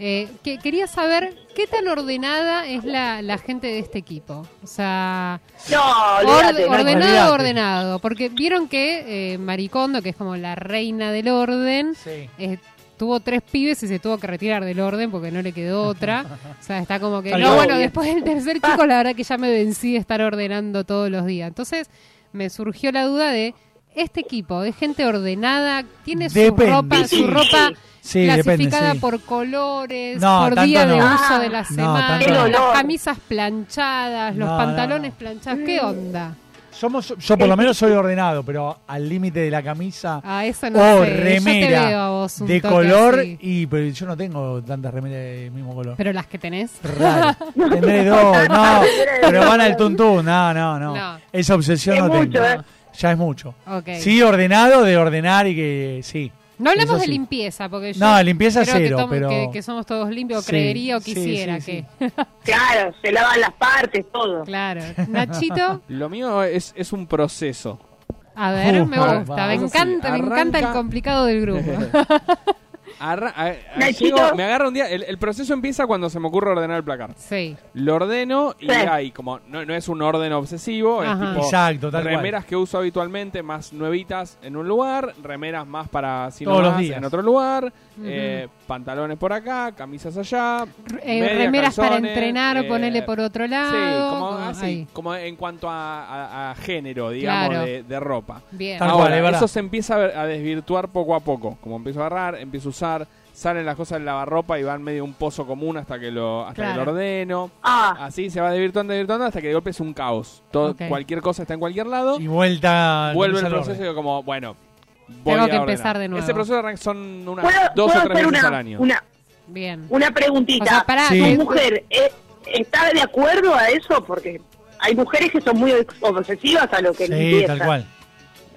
Speaker 3: Eh, que, quería saber qué tan ordenada es la, la gente de este equipo. O sea,
Speaker 5: No,
Speaker 3: orde-
Speaker 5: olvídate. no hay-
Speaker 3: ordenado,
Speaker 2: olvídate.
Speaker 3: ordenado. Porque vieron que eh, Maricondo, que es como la reina del orden,
Speaker 2: Sí.
Speaker 3: eh, tuvo tres pibes y se tuvo que retirar del orden porque no le quedó otra. O sea, está como que...
Speaker 2: Tal
Speaker 3: No,
Speaker 2: cual.
Speaker 3: bueno, después del tercer chico, la verdad que ya me vencí de estar ordenando todos los días. Entonces, me surgió la duda de... Este equipo de gente ordenada tiene su
Speaker 2: Depende.
Speaker 3: ropa, su ropa
Speaker 2: Sí,
Speaker 3: clasificada
Speaker 2: depende, sí.
Speaker 3: por colores,
Speaker 2: No,
Speaker 3: por
Speaker 2: tanto
Speaker 3: día de
Speaker 2: no.
Speaker 3: uso de la
Speaker 2: No,
Speaker 3: semana,
Speaker 2: tanto
Speaker 5: no.
Speaker 3: las camisas planchadas, los
Speaker 2: No, no,
Speaker 3: pantalones
Speaker 2: no.
Speaker 3: planchados. ¿Qué onda? Eh,
Speaker 2: Somos, yo por lo menos soy ordenado, pero al límite de la camisa
Speaker 3: A ah, eso no
Speaker 2: o
Speaker 3: sé. Yo te veo a
Speaker 2: remera
Speaker 3: vos un
Speaker 2: de
Speaker 3: toque
Speaker 2: color.
Speaker 3: así.
Speaker 2: Y pero yo no tengo tantas remeras del mismo color.
Speaker 3: Pero las que tenés.
Speaker 2: Raro. Tendré dos, no. Pero van al tuntún, no, no, no.
Speaker 3: No.
Speaker 2: Esa obsesión
Speaker 5: Es
Speaker 2: no tengo.
Speaker 5: mucho, ¿eh?
Speaker 2: Ya es mucho.
Speaker 3: Ok.
Speaker 2: Sí, ordenado de ordenar y que sí.
Speaker 3: No hablamos
Speaker 2: Eso
Speaker 3: de
Speaker 2: sí.
Speaker 3: limpieza, porque yo
Speaker 2: No, limpieza
Speaker 3: creo
Speaker 2: cero,
Speaker 3: que, tomo-
Speaker 2: pero-
Speaker 3: que, que somos todos limpios, o
Speaker 2: Sí,
Speaker 3: creería o
Speaker 2: sí,
Speaker 3: quisiera
Speaker 2: sí,
Speaker 3: que...
Speaker 5: Claro, se lavan las partes, todo.
Speaker 3: claro. Nachito,
Speaker 4: Lo mío es, es un proceso.
Speaker 3: a ver,
Speaker 2: Uh,
Speaker 3: me
Speaker 2: va,
Speaker 3: gusta,
Speaker 2: va,
Speaker 3: me
Speaker 4: eso sí,
Speaker 3: encanta, me encanta el
Speaker 4: arranca-
Speaker 3: complicado del grupo.
Speaker 4: Arra- a- a-
Speaker 5: Nachito.
Speaker 4: llego- me agarra un día. El, el proceso empieza cuando se me ocurre ordenar el placar.
Speaker 3: Sí.
Speaker 4: Lo ordeno y
Speaker 5: Sí.
Speaker 4: hay como. No, no es un orden obsesivo,
Speaker 3: Ajá.
Speaker 4: es tipo.
Speaker 2: Exacto, tal
Speaker 4: remeras que uso habitualmente más nuevitas en un lugar, remeras más para si no
Speaker 2: Todos los
Speaker 4: más,
Speaker 2: días.
Speaker 4: en otro lugar, eh, pantalones por acá, camisas allá.
Speaker 3: Eh,
Speaker 4: medias,
Speaker 3: remeras para
Speaker 4: calzones,
Speaker 3: entrenar,
Speaker 4: eh,
Speaker 3: ponerle por otro lado.
Speaker 4: Sí, como,
Speaker 3: como
Speaker 4: así,
Speaker 3: ahí.
Speaker 4: como en cuanto a, a- a género, digamos,
Speaker 3: Claro.
Speaker 4: de, de ropa.
Speaker 3: Bien.
Speaker 2: Tal cual,
Speaker 4: Ahora,
Speaker 2: es verdad.
Speaker 4: eso se empieza a ver- a desvirtuar poco a poco. Como empiezo a agarrar, empiezo a usar, salen las cosas del lavarropa y van medio un pozo común hasta que lo, hasta que lo
Speaker 3: Claro.
Speaker 4: ordeno.
Speaker 5: Ah,
Speaker 4: Así se va desvirtuando, desvirtuando hasta que de golpe es un caos. Todo,
Speaker 3: Ok.
Speaker 4: Cualquier cosa está en cualquier lado
Speaker 2: Y vuelta.
Speaker 4: vuelve
Speaker 2: comienza
Speaker 4: el proceso
Speaker 2: orden.
Speaker 4: y digo como, bueno, voy
Speaker 3: Tengo
Speaker 4: a
Speaker 3: que
Speaker 4: ordenar.
Speaker 3: empezar de nuevo.
Speaker 4: Ese proceso arranca- son unas
Speaker 5: ¿puedo,
Speaker 4: dos
Speaker 5: puedo
Speaker 4: o tres
Speaker 5: hacer
Speaker 4: veces
Speaker 5: una,
Speaker 4: al año.
Speaker 5: una,
Speaker 3: Bien.
Speaker 5: una preguntita?
Speaker 3: O sea, pará,
Speaker 2: Sí.
Speaker 5: ¿Tu
Speaker 3: que-
Speaker 5: mujer eh, está de acuerdo a eso? Porque hay mujeres que son muy obsesivas a lo que
Speaker 2: Sí,
Speaker 5: limpieza.
Speaker 2: tal cual.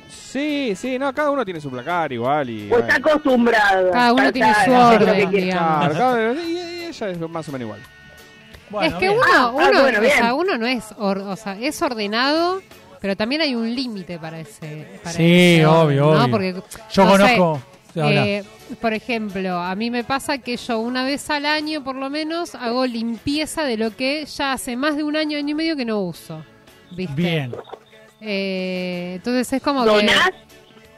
Speaker 4: Sí, sí, no, cada uno tiene su placar igual y...
Speaker 5: O Pues está
Speaker 4: bueno.
Speaker 5: acostumbrada.
Speaker 3: Cada uno tiene su
Speaker 5: Cada- hacer lo que
Speaker 3: orden,
Speaker 5: quiere.
Speaker 3: digamos.
Speaker 4: Claro, cada- y, y ella es más o menos igual.
Speaker 2: Bueno,
Speaker 3: es que
Speaker 2: bien.
Speaker 3: uno,
Speaker 5: Ah,
Speaker 3: uno,
Speaker 5: ah, bueno,
Speaker 3: o sea,
Speaker 5: bien.
Speaker 3: uno no es, or- o sea, es ordenado, pero también hay un límite para ese. Para
Speaker 2: Sí,
Speaker 3: ese orden,
Speaker 2: obvio,
Speaker 3: ¿no?
Speaker 2: obvio.
Speaker 3: Porque,
Speaker 2: Yo
Speaker 3: no sé,
Speaker 2: conozco. Habla.
Speaker 3: eh, por ejemplo, a mí me pasa que yo una vez al año, por lo menos, hago limpieza de lo que ya hace más de un año, año y medio que no uso. ¿Viste?
Speaker 2: bien.
Speaker 3: Eh, entonces es como que.
Speaker 5: ¿Donás?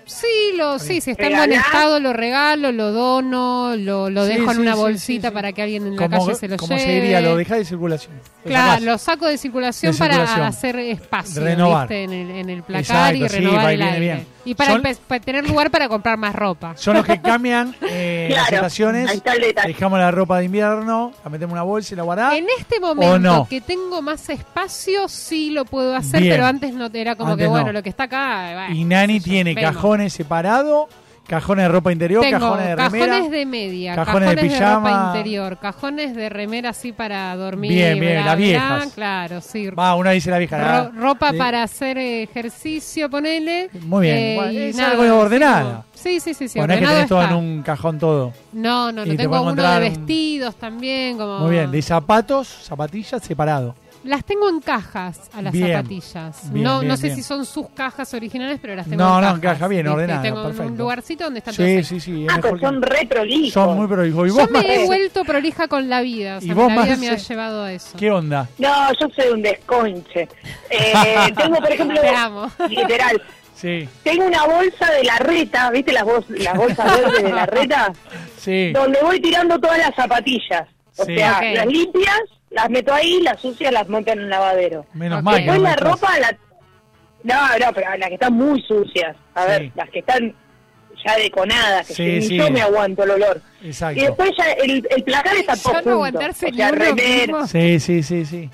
Speaker 3: Sí, lo, sí, si está en buen
Speaker 5: ¿Regalás?
Speaker 3: estado, lo regalo, lo dono, lo, lo
Speaker 2: Sí,
Speaker 3: dejo en
Speaker 2: sí,
Speaker 3: una
Speaker 2: sí,
Speaker 3: bolsita
Speaker 2: sí, sí.
Speaker 3: para que alguien en la
Speaker 2: Como,
Speaker 3: calle se lo
Speaker 2: como
Speaker 3: lleve.
Speaker 2: se diría, lo deja de circulación. Lo sacás.
Speaker 3: Claro, lo saco de circulación,
Speaker 2: De
Speaker 3: para
Speaker 2: circulación.
Speaker 3: hacer espacio
Speaker 2: Renovar.
Speaker 3: ¿viste? En, el, en el placar y
Speaker 2: Exacto, sí,
Speaker 3: renovar
Speaker 2: va y
Speaker 3: el
Speaker 2: viene
Speaker 3: aire.
Speaker 2: bien.
Speaker 3: Y para,
Speaker 2: Son-
Speaker 3: empe- para tener lugar para comprar más ropa.
Speaker 2: Son los que cambian eh, las
Speaker 5: Claro,
Speaker 2: estaciones.
Speaker 5: ahí está el detalle.
Speaker 2: Dejamos la ropa de invierno, la metemos en una bolsa y la guardamos.
Speaker 3: En este momento
Speaker 2: no.
Speaker 3: que tengo más espacio, sí lo puedo hacer,
Speaker 2: Bien.
Speaker 3: pero antes no era como
Speaker 2: Antes
Speaker 3: que, bueno,
Speaker 2: no.
Speaker 3: lo que está acá. eh, bueno,
Speaker 2: Y Nani
Speaker 3: qué sé yo,
Speaker 2: tiene
Speaker 3: vemos.
Speaker 2: cajones separados, cajones de ropa interior,
Speaker 3: Tengo
Speaker 2: cajones de remera.
Speaker 3: de media,
Speaker 2: cajones
Speaker 3: cajones,
Speaker 2: de
Speaker 3: de, ropa
Speaker 2: pijama.
Speaker 3: interior, cajones de remera así para dormir.
Speaker 2: Bien, bien,
Speaker 3: bla,
Speaker 2: las
Speaker 3: bla,
Speaker 2: viejas.
Speaker 3: Claro, sí.
Speaker 2: Va, una dice la vieja.
Speaker 3: Ro-
Speaker 2: la-
Speaker 3: ropa
Speaker 2: de-
Speaker 3: para hacer ejercicio, ponele. Eh,
Speaker 2: Muy bien, bueno,
Speaker 3: y
Speaker 2: es algo ordenada.
Speaker 3: Sí, sí, sí, sí,
Speaker 2: Bueno, no es que
Speaker 3: ordenado
Speaker 2: tenés todo
Speaker 3: está.
Speaker 2: en un cajón todo.
Speaker 3: No, no,
Speaker 2: y
Speaker 3: no,
Speaker 2: te
Speaker 3: tengo
Speaker 2: puedo
Speaker 3: uno de
Speaker 2: encontrar un-
Speaker 3: vestidos también, como...
Speaker 2: Muy bien, de zapatos, zapatillas separado.
Speaker 3: Las tengo en cajas a las
Speaker 2: Bien,
Speaker 3: zapatillas.
Speaker 2: bien,
Speaker 3: no, no
Speaker 2: bien,
Speaker 3: sé
Speaker 2: bien.
Speaker 3: si son sus cajas originales, pero las tengo
Speaker 2: No,
Speaker 3: en
Speaker 2: no,
Speaker 3: cajas.
Speaker 2: en caja, bien,
Speaker 3: ¿viste?
Speaker 2: ordenada,
Speaker 3: Tengo en un
Speaker 2: perfecto.
Speaker 3: lugarcito donde están todas
Speaker 2: Sí,
Speaker 3: ahí.
Speaker 2: sí, sí, es
Speaker 5: Ah,
Speaker 2: mejor
Speaker 5: pues
Speaker 2: que-
Speaker 5: son re prolijos.
Speaker 2: Son muy prolijos. ¿Y
Speaker 3: Yo
Speaker 2: vos
Speaker 3: me
Speaker 2: más?
Speaker 3: he vuelto prolija con la vida. O
Speaker 2: ¿Y
Speaker 3: sea,
Speaker 2: vos,
Speaker 3: la vida
Speaker 2: Marce?
Speaker 3: me ha llevado a eso.
Speaker 2: ¿Qué onda?
Speaker 5: No, yo soy un desconche. Eh, tengo, por ejemplo,
Speaker 3: Te amo.
Speaker 5: literal,
Speaker 2: Sí,
Speaker 5: tengo una bolsa de la reta, ¿viste las, bol- las bolsas verdes de la reta?
Speaker 2: sí.
Speaker 5: Donde voy tirando todas las zapatillas. O
Speaker 2: Sí.
Speaker 5: sea,
Speaker 3: Ok.
Speaker 5: las limpias, las meto ahí, las sucias las monto en un lavadero.
Speaker 2: Menos
Speaker 3: Ok.
Speaker 2: mal. que
Speaker 5: Después
Speaker 2: no
Speaker 5: la
Speaker 2: entras.
Speaker 5: ropa, la... No, no, pero las que están muy sucias. A
Speaker 2: Sí.
Speaker 5: ver, las que están ya deconadas, que
Speaker 2: Sí,
Speaker 5: ni
Speaker 2: sí.
Speaker 5: yo me aguanto el olor. Y
Speaker 2: Exacto.
Speaker 5: después ya el, el placar está todo
Speaker 3: Yo no
Speaker 5: junto.
Speaker 3: aguantarse
Speaker 5: O sea,
Speaker 3: ni uno
Speaker 5: remer,
Speaker 3: mismo.
Speaker 2: Sí, sí, sí, sí.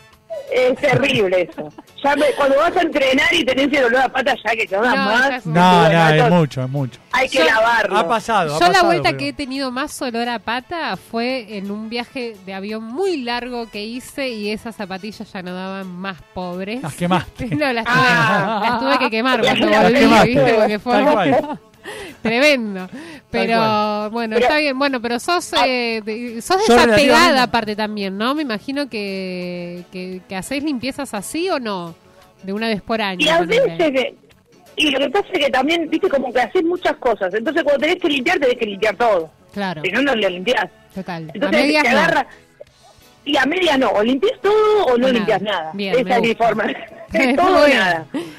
Speaker 5: es terrible eso. Ya me- cuando vas a entrenar y tenés el olor a pata, ya que te vas
Speaker 3: No, ya
Speaker 5: más,
Speaker 3: es-
Speaker 2: No,
Speaker 5: bueno,
Speaker 2: no, es
Speaker 5: entonces-
Speaker 2: mucho, es mucho.
Speaker 5: hay que
Speaker 3: Yo-
Speaker 5: lavarlo.
Speaker 2: Ha pasado.
Speaker 3: Yo
Speaker 2: ha
Speaker 3: la
Speaker 2: pasado,
Speaker 3: vuelta
Speaker 2: pero-
Speaker 3: que he tenido más olor a pata fue en un viaje de avión muy largo que hice y esas zapatillas ya no daban más pobres.
Speaker 2: Las quemaste.
Speaker 3: No, las tuve,
Speaker 5: Ah.
Speaker 3: las tuve que quemar cuando
Speaker 5: Las
Speaker 3: volví,
Speaker 2: quemaste.
Speaker 3: ¿viste? Porque
Speaker 2: Tal
Speaker 3: fue
Speaker 2: cual.
Speaker 3: tremendo. Pero
Speaker 2: cual.
Speaker 3: bueno,
Speaker 5: Pero- Ah.
Speaker 3: está bien. Bueno, pero sos, eh, de- sos
Speaker 2: Yo
Speaker 3: desapegada
Speaker 2: relativamente-
Speaker 3: aparte también, ¿no? Me imagino que, que, que hacéis limpiezas así o no, de una vez por año.
Speaker 5: Y a
Speaker 3: ponele.
Speaker 5: veces... que- y lo que pasa es que también, viste, como que haces muchas cosas. Entonces, cuando tenés que limpiar, tenés que limpiar todo.
Speaker 3: Claro,
Speaker 5: Si no, no lo limpiás.
Speaker 3: total. A
Speaker 5: Entonces,
Speaker 3: medias
Speaker 5: te
Speaker 3: no.
Speaker 5: agarra... Y a medias no. O limpias todo o no
Speaker 3: Nada.
Speaker 5: limpias nada.
Speaker 3: Bien, me
Speaker 5: Esa es mi
Speaker 3: gusta.
Speaker 5: forma.
Speaker 3: Muy
Speaker 5: Es todo o
Speaker 3: bien.
Speaker 5: nada.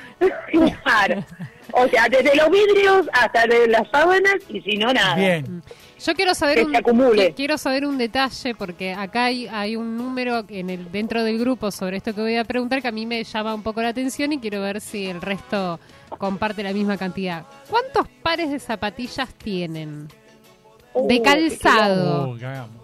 Speaker 5: claro. O sea, desde los vidrios hasta de las sábanas y si no, nada.
Speaker 2: Bien.
Speaker 3: Yo quiero saber
Speaker 5: Que
Speaker 3: un,
Speaker 5: se acumule.
Speaker 3: qui- quiero saber un detalle porque acá hay, hay un número en el dentro del grupo sobre esto que voy a preguntar que a mí me llama un poco la atención y quiero ver si el resto comparte la misma cantidad. ¿Cuántos pares de zapatillas tienen?
Speaker 5: Uh,
Speaker 3: de calzado.
Speaker 2: Uh, cagamos.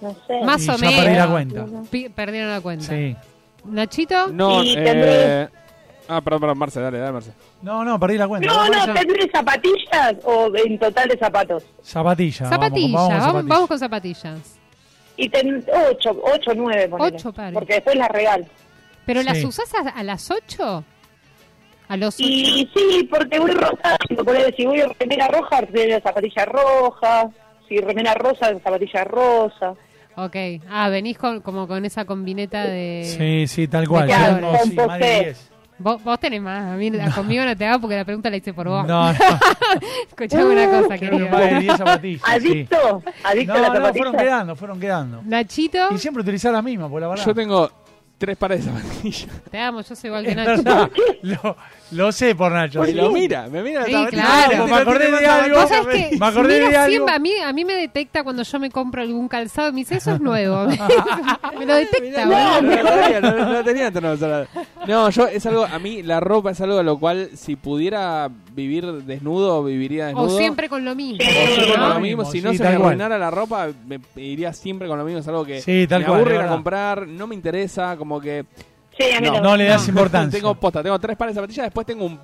Speaker 5: No sé.
Speaker 3: Más
Speaker 2: Y
Speaker 3: o
Speaker 2: ya
Speaker 3: menos.
Speaker 2: perdí la cuenta.
Speaker 3: Pi- perdieron la cuenta.
Speaker 2: Sí.
Speaker 3: Nachito,
Speaker 4: No,
Speaker 5: Y
Speaker 4: eh,
Speaker 5: tendré-
Speaker 4: Ah, perdón, perdón, Marce, dale, dale, Marce.
Speaker 2: No, no, perdí la cuenta.
Speaker 5: No,
Speaker 2: Vamos
Speaker 5: no,
Speaker 2: a-
Speaker 5: ¿tendré zapatillas o en total de zapatos?
Speaker 2: Zapatilla.
Speaker 3: zapatillas,
Speaker 2: Vamos, vamos,
Speaker 3: vamos,
Speaker 2: zapatilla.
Speaker 3: vamos con zapatillas.
Speaker 5: Y ten ocho, ocho, nueve, ponele.
Speaker 3: Ocho pares.
Speaker 5: Porque después las regalo.
Speaker 3: ¿Pero las
Speaker 2: Sí.
Speaker 3: usás a, a las 8? ¿A los 8?
Speaker 5: Y sí, porque voy rotando. Ponele, si voy en remera roja, de zapatilla roja. Si remera rosa, zapatilla rosa.
Speaker 3: Ok. Ah, venís con- como con esa combineta de...
Speaker 2: Sí, sí, tal cual.
Speaker 5: Claro,
Speaker 2: Yo tengo, sí,
Speaker 5: composté.
Speaker 2: más de 10.
Speaker 3: Vos, vos tenés más. A mí la- conmigo no te hago porque la pregunta la hice por vos.
Speaker 2: No, no.
Speaker 3: Escuchame una cosa,
Speaker 2: Creo que
Speaker 3: querido.
Speaker 2: más de 10 zapatillas. sí.
Speaker 5: Adicto, adicto a
Speaker 2: No,
Speaker 5: la
Speaker 2: no,
Speaker 5: zapatilla.
Speaker 2: fueron quedando, fueron quedando.
Speaker 3: Nachito,
Speaker 2: Y siempre utilizar las mismas, por la verdad.
Speaker 4: Yo tengo tres pares de zapatillas.
Speaker 3: te amo, yo soy igual que
Speaker 2: Es
Speaker 3: Nacho.
Speaker 2: verdad, lo, lo sé por Nacho.
Speaker 4: Y lo mira, me mira la
Speaker 3: Sí,
Speaker 4: zapatilla.
Speaker 3: claro.
Speaker 4: No,
Speaker 2: Me acordé de algo.
Speaker 3: Vos sabés que
Speaker 2: Me acordé
Speaker 3: mira
Speaker 2: de algo.
Speaker 3: siempre, a mí, a mí me detecta cuando yo me compro algún calzado y me dice, eso es nuevo. me lo detecta,
Speaker 4: No,
Speaker 3: boludo.
Speaker 4: no, no tenía, no, no tenía tan avanzada. No, yo es algo, a mí la ropa es algo a lo cual si pudiera vivir desnudo, viviría
Speaker 3: O
Speaker 4: desnudo.
Speaker 3: siempre con lo mismo.
Speaker 4: O siempre con
Speaker 3: ¿no?
Speaker 4: lo mismo, si no
Speaker 2: Sí,
Speaker 4: se me
Speaker 2: tal cual.
Speaker 4: arruinara la ropa, me iría siempre con lo mismo, es algo que
Speaker 2: Sí, tal
Speaker 4: me
Speaker 2: cual,
Speaker 4: aburre
Speaker 2: es
Speaker 4: ir a
Speaker 2: verdad.
Speaker 4: comprar, no me interesa, como que
Speaker 5: Sí, a mí
Speaker 4: No,
Speaker 5: también.
Speaker 2: No le das importancia.
Speaker 4: tengo posta, tengo tres pares de zapatillas, después tengo un,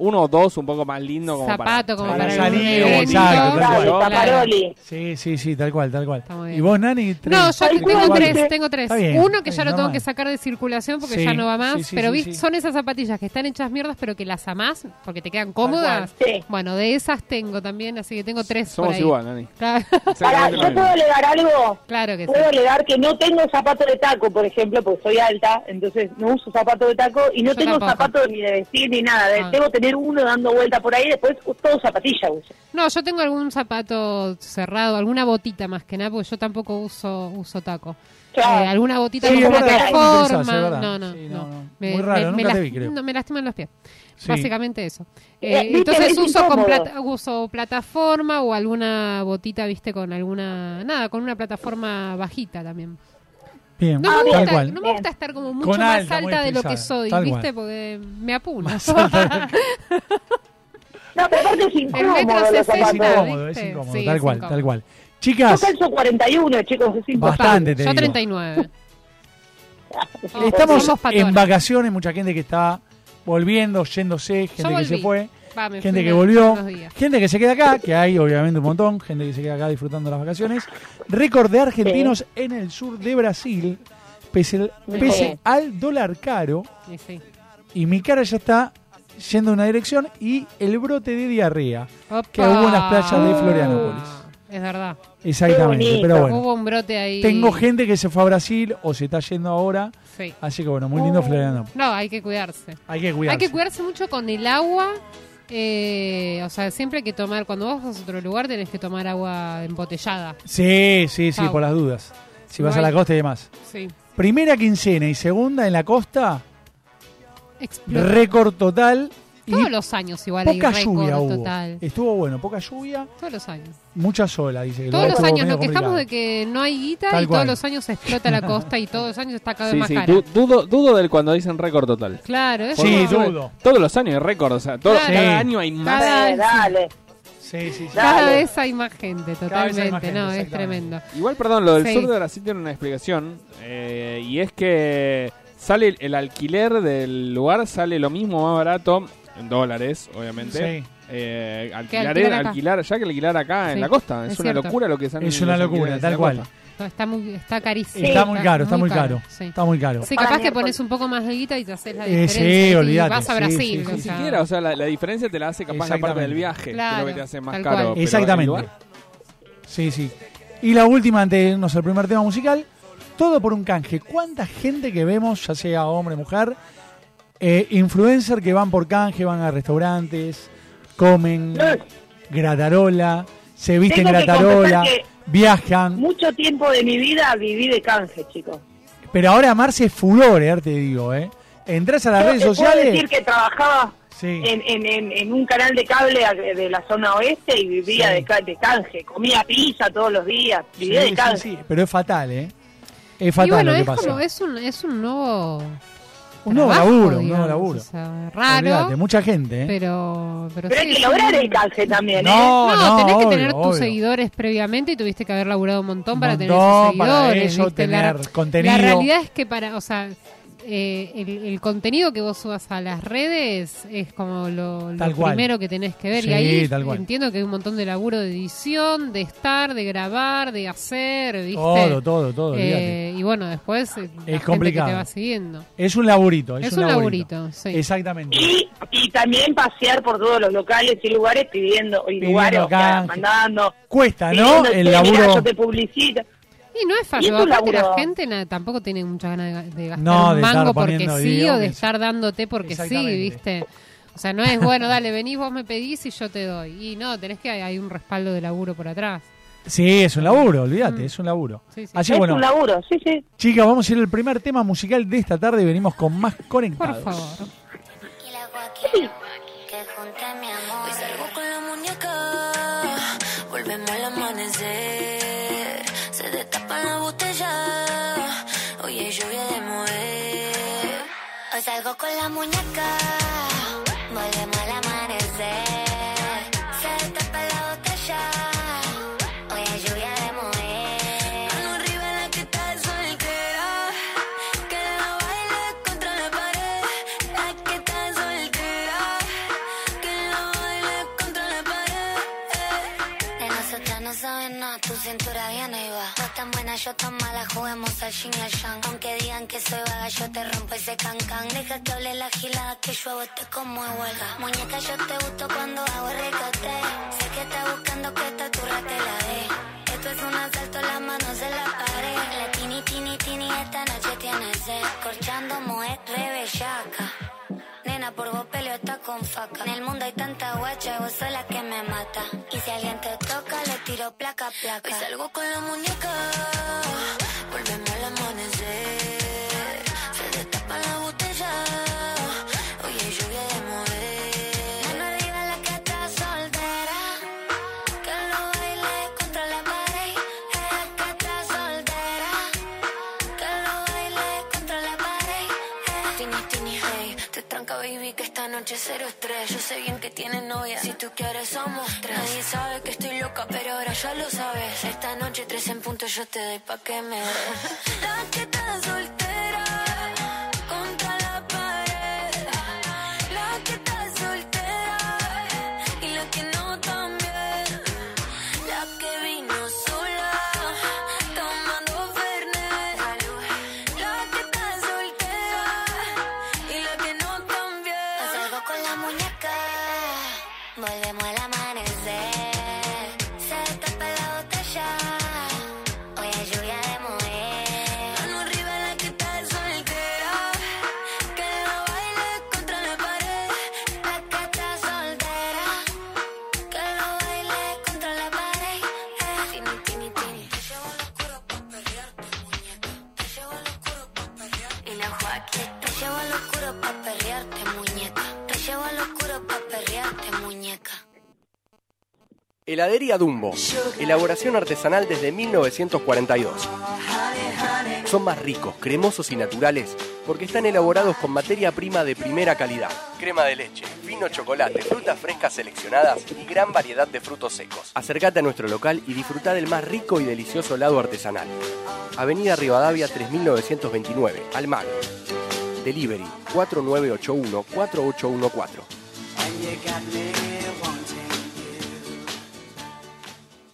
Speaker 4: uno o dos un poco más lindo como
Speaker 3: Zapato como
Speaker 2: para
Speaker 3: para,
Speaker 2: salir,
Speaker 3: algún evento.
Speaker 2: exacto, tal
Speaker 5: Claro,
Speaker 4: cual.
Speaker 3: Claro.
Speaker 5: Taparoli.
Speaker 2: Sí, sí, sí, tal cual, tal cual.
Speaker 3: Está muy bien.
Speaker 2: ¿Y vos, Nani? Tres.
Speaker 3: No, yo
Speaker 5: Ay,
Speaker 3: tengo
Speaker 5: cuatro.
Speaker 3: tres, tengo tres.
Speaker 2: Está bien,
Speaker 3: Uno que
Speaker 2: está
Speaker 3: ya
Speaker 2: bien,
Speaker 3: lo tengo
Speaker 2: normal.
Speaker 3: que sacar de circulación porque
Speaker 2: Sí,
Speaker 3: ya no va más,
Speaker 2: sí, sí,
Speaker 3: pero
Speaker 2: sí,
Speaker 3: vi-
Speaker 2: sí.
Speaker 3: son esas zapatillas que están hechas mierdas pero que las amás porque te quedan cómodas.
Speaker 5: cual. Sí.
Speaker 3: Bueno, de esas tengo también, así que tengo tres por
Speaker 4: Somos
Speaker 3: ahí.
Speaker 4: igual, Nani.
Speaker 3: Claro,
Speaker 5: Ahora,
Speaker 4: Exactamente lo
Speaker 5: ¿yo
Speaker 4: mismo.
Speaker 5: puedo alegar algo?
Speaker 3: claro que sí.
Speaker 5: Puedo alegar que no tengo zapato de taco, por ejemplo, porque soy alta, entonces no uso zapato de taco y no
Speaker 3: Yo
Speaker 5: tengo
Speaker 3: tampoco.
Speaker 5: zapato ni de vestir ni nada. de-
Speaker 3: Ah.
Speaker 5: Debo tener uno dando vuelta por ahí, después todo zapatilla uso.
Speaker 3: No, yo tengo algún zapato cerrado, alguna botita más que nada, porque yo tampoco uso uso taco.
Speaker 5: Claro.
Speaker 3: Eh, alguna botita
Speaker 5: Sí,
Speaker 3: con
Speaker 5: es
Speaker 3: una
Speaker 5: verdad,
Speaker 2: ¿cómo pensás?
Speaker 3: plataforma.
Speaker 2: Es verdad.
Speaker 3: No, no,
Speaker 2: Ah, Sí, no,
Speaker 3: no.
Speaker 2: no. Muy raro, nunca te
Speaker 3: las-
Speaker 2: vi, creo.
Speaker 3: no, me lastiman los pies.
Speaker 2: Sí.
Speaker 3: Básicamente eso.
Speaker 5: Eh,
Speaker 3: Eh,
Speaker 5: viste,
Speaker 3: entonces
Speaker 5: es
Speaker 3: uso con
Speaker 5: incómodo.
Speaker 3: plata- uso plataforma o alguna botita, viste, con alguna nada, con una plataforma bajita también.
Speaker 2: Bien,
Speaker 5: Ah,
Speaker 3: No me
Speaker 2: tal
Speaker 3: gusta,
Speaker 2: cual.
Speaker 3: no me gusta estar como mucho
Speaker 2: Con
Speaker 3: más
Speaker 2: alta, muy
Speaker 3: alta de lo que
Speaker 2: pesada,
Speaker 3: soy,
Speaker 2: tal
Speaker 3: viste,
Speaker 2: cual.
Speaker 3: porque me apuro.
Speaker 5: No, pero aparte es
Speaker 3: El metro
Speaker 5: incómodo los
Speaker 3: sesenta,
Speaker 2: Es
Speaker 5: zapatos.
Speaker 2: incómodo, es
Speaker 3: ¿viste?
Speaker 2: incómodo,
Speaker 3: Sí,
Speaker 2: tal
Speaker 3: es
Speaker 2: cual,
Speaker 3: incómodo.
Speaker 2: tal cual.
Speaker 5: Yo
Speaker 2: Chicas,
Speaker 5: calzo 41, chicos, es importante.
Speaker 2: Bastante, te
Speaker 3: Yo
Speaker 2: digo.
Speaker 3: 39. Somos-
Speaker 2: estamos
Speaker 3: Oh, somos patones.
Speaker 2: en vacaciones, mucha gente que está volviendo, yéndose, gente que
Speaker 3: volví.
Speaker 2: se fue,
Speaker 3: Va, me
Speaker 2: gente
Speaker 3: fui
Speaker 2: que
Speaker 3: unos-
Speaker 2: volvió,
Speaker 3: unos días.
Speaker 2: gente que se queda acá, que hay obviamente un montón, gente que se queda acá disfrutando las vacaciones. Récord de argentinos en el sur de Brasil, pese, pese
Speaker 5: Sí.
Speaker 2: al dólar caro.
Speaker 3: Y sí.
Speaker 2: y mi cara ya está yendo en una dirección y el brote de diarrea. Que
Speaker 3: Opa.
Speaker 2: hubo en las playas de Florianópolis.
Speaker 3: Es verdad.
Speaker 5: Qué
Speaker 2: Exactamente,
Speaker 5: bonito.
Speaker 2: pero bueno.
Speaker 3: Hubo un brote ahí.
Speaker 2: Tengo gente que se fue a Brasil o se está yendo ahora,
Speaker 3: Sí. Uh.
Speaker 2: así que bueno, muy lindo Florianópolis.
Speaker 3: No, hay que cuidarse.
Speaker 2: Hay que cuidarse.
Speaker 3: Hay que cuidarse mucho con el agua. eh, o sea, siempre hay que tomar, cuando vos vas a otro lugar, tenés que tomar agua embotellada.
Speaker 2: Sí, sí, sí,
Speaker 3: Chau.
Speaker 2: por las dudas. Si vas a la
Speaker 3: Igual.
Speaker 2: costa y demás.
Speaker 3: Sí.
Speaker 2: Primera quincena y segunda en la costa,
Speaker 3: Explota.
Speaker 2: récord total y
Speaker 3: Todos los años igual hay
Speaker 2: poca lluvia
Speaker 3: récord
Speaker 2: hubo.
Speaker 3: total.
Speaker 2: Estuvo bueno, poca lluvia,
Speaker 3: Todos los años.
Speaker 2: mucha sola, dice. que
Speaker 3: Todos
Speaker 2: luego
Speaker 3: los
Speaker 2: estuvo
Speaker 3: años
Speaker 2: medio
Speaker 3: nos quejamos de
Speaker 2: complicado.
Speaker 3: que no hay guita
Speaker 2: Tal
Speaker 3: y
Speaker 2: cual.
Speaker 3: todos los años se explota la costa y todos los años está cada vez
Speaker 4: Sí,
Speaker 3: más
Speaker 4: sí,
Speaker 3: cara.
Speaker 4: du- dudo, dudo del cuando dicen récord total.
Speaker 3: Claro, eso.
Speaker 2: Sí,
Speaker 4: Porque
Speaker 2: dudo.
Speaker 4: Todos los años hay récord, o sea, todo-
Speaker 3: Claro.
Speaker 4: cada año hay más.
Speaker 3: Cada-
Speaker 5: Eh, dale.
Speaker 2: Sí, sí, sí.
Speaker 3: Cada
Speaker 5: Dale.
Speaker 3: vez hay más gente,
Speaker 2: Cada vez
Speaker 3: totalmente.
Speaker 2: hay más gente,
Speaker 3: no, es
Speaker 2: exactamente.
Speaker 3: tremendo.
Speaker 4: Igual, perdón, lo del
Speaker 3: Sí.
Speaker 4: sur de Brasil tiene una explicación. eh, y es que sale el, el alquiler del lugar, sale lo mismo más barato, en dólares, obviamente.
Speaker 2: Sí.
Speaker 4: Eh, alquilar,
Speaker 3: Que alquilar acá.
Speaker 4: alquilar- ya que alquilar acá en
Speaker 3: Sí,
Speaker 4: la costa. Es,
Speaker 3: es
Speaker 4: una
Speaker 3: cierto.
Speaker 4: locura lo que sale.
Speaker 2: Es una locura, tal cual.
Speaker 3: No, Está, muy, está carísimo.
Speaker 2: Está muy caro, está muy caro.
Speaker 3: Sí.
Speaker 2: Está muy caro.
Speaker 3: Sí, capaz que pones un poco más de guita y te haces la
Speaker 2: Eh,
Speaker 3: diferencia.
Speaker 2: sí,
Speaker 3: y
Speaker 2: olvídate,
Speaker 3: vas a
Speaker 2: sí,
Speaker 3: Brasil.
Speaker 2: sí, sí,
Speaker 3: o
Speaker 4: Ni
Speaker 3: sea,
Speaker 4: siquiera, o sea, la, la diferencia te la hace capaz la parte
Speaker 2: Exactamente.
Speaker 4: del viaje, que es lo que
Speaker 3: Claro,
Speaker 4: te hace más
Speaker 3: tal
Speaker 4: caro.
Speaker 3: cual.
Speaker 4: pero el
Speaker 2: Exactamente.
Speaker 4: lugar-
Speaker 2: Sí, sí. Y la última, antes de irnos al primer tema musical, todo por un canje. ¿Cuánta gente que vemos, ya sea hombre, mujer, eh, influencer que van por canje, van a restaurantes, comen
Speaker 5: Eh.
Speaker 2: gratarola, se visten
Speaker 5: Tengo que
Speaker 2: gratarola,
Speaker 5: confesar que-
Speaker 2: viajan?
Speaker 5: Mucho tiempo de mi vida viví de canje, chicos.
Speaker 2: Pero ahora Marce es furor, eh, te digo, ¿eh? Entras a las
Speaker 5: Yo
Speaker 2: redes
Speaker 5: te puedo
Speaker 2: sociales.
Speaker 5: decir que trabajaba
Speaker 2: Sí.
Speaker 5: en, en- en- en un canal de cable a- de la zona oeste y vivía
Speaker 2: Sí.
Speaker 5: de, ca- de canje. Comía pizza todos los días,
Speaker 2: Sí,
Speaker 5: vivía
Speaker 2: sí,
Speaker 5: de canje.
Speaker 2: sí, pero es fatal, ¿eh? Es
Speaker 3: y
Speaker 2: fatal
Speaker 3: bueno,
Speaker 2: lo que
Speaker 3: es
Speaker 2: pasa.
Speaker 3: como, es un, es un nuevo.
Speaker 2: Un nuevo
Speaker 3: trabajo,
Speaker 2: laburo, un nuevo
Speaker 3: digamos,
Speaker 2: laburo.
Speaker 3: o sea, raro,
Speaker 2: Olvídate, mucha gente, ¿eh?
Speaker 3: pero, pero.
Speaker 5: Pero
Speaker 3: sí,
Speaker 5: hay que
Speaker 3: es un-
Speaker 5: lograr el canje también, ¿eh?
Speaker 2: No, no,
Speaker 3: tenés
Speaker 2: obvio,
Speaker 3: que tener
Speaker 2: obvio.
Speaker 3: tus seguidores previamente y tuviste que haber laburado un montón para
Speaker 2: Un
Speaker 3: tener esos
Speaker 2: montón, para
Speaker 3: seguidores.
Speaker 2: eso,
Speaker 3: ¿viste? La-
Speaker 2: tener contenido.
Speaker 3: La realidad es que para, o sea, eh, el, el contenido que vos subas a las redes es como lo, lo
Speaker 2: Tal cual.
Speaker 3: primero que tenés que ver.
Speaker 2: Sí,
Speaker 3: y ahí
Speaker 2: tal cual.
Speaker 3: entiendo que hay un montón de laburo de edición, de estar, de grabar, de hacer, ¿viste?
Speaker 2: Todo, todo, todo,
Speaker 3: Eh,
Speaker 2: olvídate.
Speaker 3: y bueno, después eh, la gente
Speaker 2: complicado.
Speaker 3: que te va siguiendo.
Speaker 2: Es un laburito, es,
Speaker 3: es
Speaker 2: un
Speaker 3: un
Speaker 2: laburito.
Speaker 3: laburito, sí.
Speaker 2: Exactamente.
Speaker 5: Y, y también pasear por todos los locales y lugares pidiendo, y
Speaker 2: Pidiendo
Speaker 5: lugares, o sea,
Speaker 2: canje.
Speaker 5: mandando.
Speaker 2: Cuesta, ¿no?
Speaker 5: pidiendo,
Speaker 2: El
Speaker 5: "Che, mirá,
Speaker 2: laburo.
Speaker 5: yo te publicito.
Speaker 3: Y Y no es
Speaker 5: Y es
Speaker 3: fallo.
Speaker 5: un
Speaker 3: Aparte, la
Speaker 5: laburo.
Speaker 3: gente na- tampoco tiene muchas ganas de, de gastar
Speaker 2: No,
Speaker 3: un
Speaker 2: de estar
Speaker 3: mango porque
Speaker 2: poniendo
Speaker 3: sí o de
Speaker 2: guiones.
Speaker 3: estar dándote porque sí,
Speaker 2: Exactamente.
Speaker 3: ¿viste? O sea, no es bueno, dale, venís, vos me pedís y yo te doy. Y no, tenés que hay un respaldo de laburo por atrás.
Speaker 2: Sí, es un laburo, olvídate,
Speaker 3: Mm.
Speaker 2: es un laburo.
Speaker 3: Sí, sí.
Speaker 2: Así
Speaker 5: es
Speaker 2: Ah, bueno,
Speaker 5: un laburo, sí, sí.
Speaker 2: chicas, vamos a ir al primer tema musical de esta tarde y venimos con más
Speaker 3: Por
Speaker 2: conectados.
Speaker 3: favor.
Speaker 7: Y la guaquina, que junta mi amor. Hoy salgo con la muñeca, volvemos al amanecer. Se destapan la botella, oye, lluvia de mover. Hoy salgo con la muñeca, volvemos al amanecer. Se destapa la botella, oye, Pues lluvia de mover. Mano arriba la que está soltera, que no baile contra la pared. La que está soltera, que no baile contra la pared. De nosotras no saben nada, tu cintura viene y va. Vos tan buena, yo tan mala, juguemos al yin y al yang. Aunque digan que soy vaga, yo te rompo ese cancán. Deja que hable la gilada, que yo a vos te como de huelga. Muñeca, yo te gusto cuando hago ricote. Sé que estás buscando que esta turra te la dé. Esto es un asalto, las manos en la pared. La tini, tini, tini, esta noche tiene sed. Corchando mujer, rebellaca. Nena, por vos peleo está con faca. En el mundo hay tanta guacha, y vos sos la que me mata. Y si alguien te toca, le tiro placa, placa. Hoy salgo con la muñeca, volvemos al amanecer. Se destapa la botella, oye, lluvia de mover. Mano arriba la que está soltera, que lo baile contra la pared. La que está soltera, que lo baile contra la pared. Eh. Tini, tini, hey, te tranca, baby, que esta noche cero estrés. Yo sé bien que tienes novia, si tú quieres somos tres. Nadie sabe que estoy loca, pero ahora ya lo sabes. Esta noche tres en punto yo te doy pa' que me des. La que está soltera, contra la pared. La que está soltera, y la que no también. La que vino sola, tomando Fernet. La que está soltera y la que no también. Hoy salgo con la muñeca, volvemos al amanecer. Se tapa la botella, hoy hay lluvia de mover. Mano arriba la que está soltera, que no baile contra la pared. La que está soltera. Que lo baile contra la pared. eh. Tini, tini, tini. Te llevo al oscuro pa' perrearte, muñeca. Te llevo al oscuro pa' perrearte. Y la Joaquín. Te llevo al oscuro pa' perrearte, muñeca. Te llevo al oscuro pa' perrearte, muñeca.
Speaker 8: Heladería Dumbo. Elaboración artesanal desde 1942. Son más ricos, cremosos y naturales porque están elaborados con materia prima de primera calidad. Crema de leche, fino chocolate, frutas frescas seleccionadas y gran variedad de frutos secos. Acércate a nuestro local y disfruta del más rico y delicioso helado artesanal. Avenida Rivadavia 3929, Almagro. Delivery 4981 4814.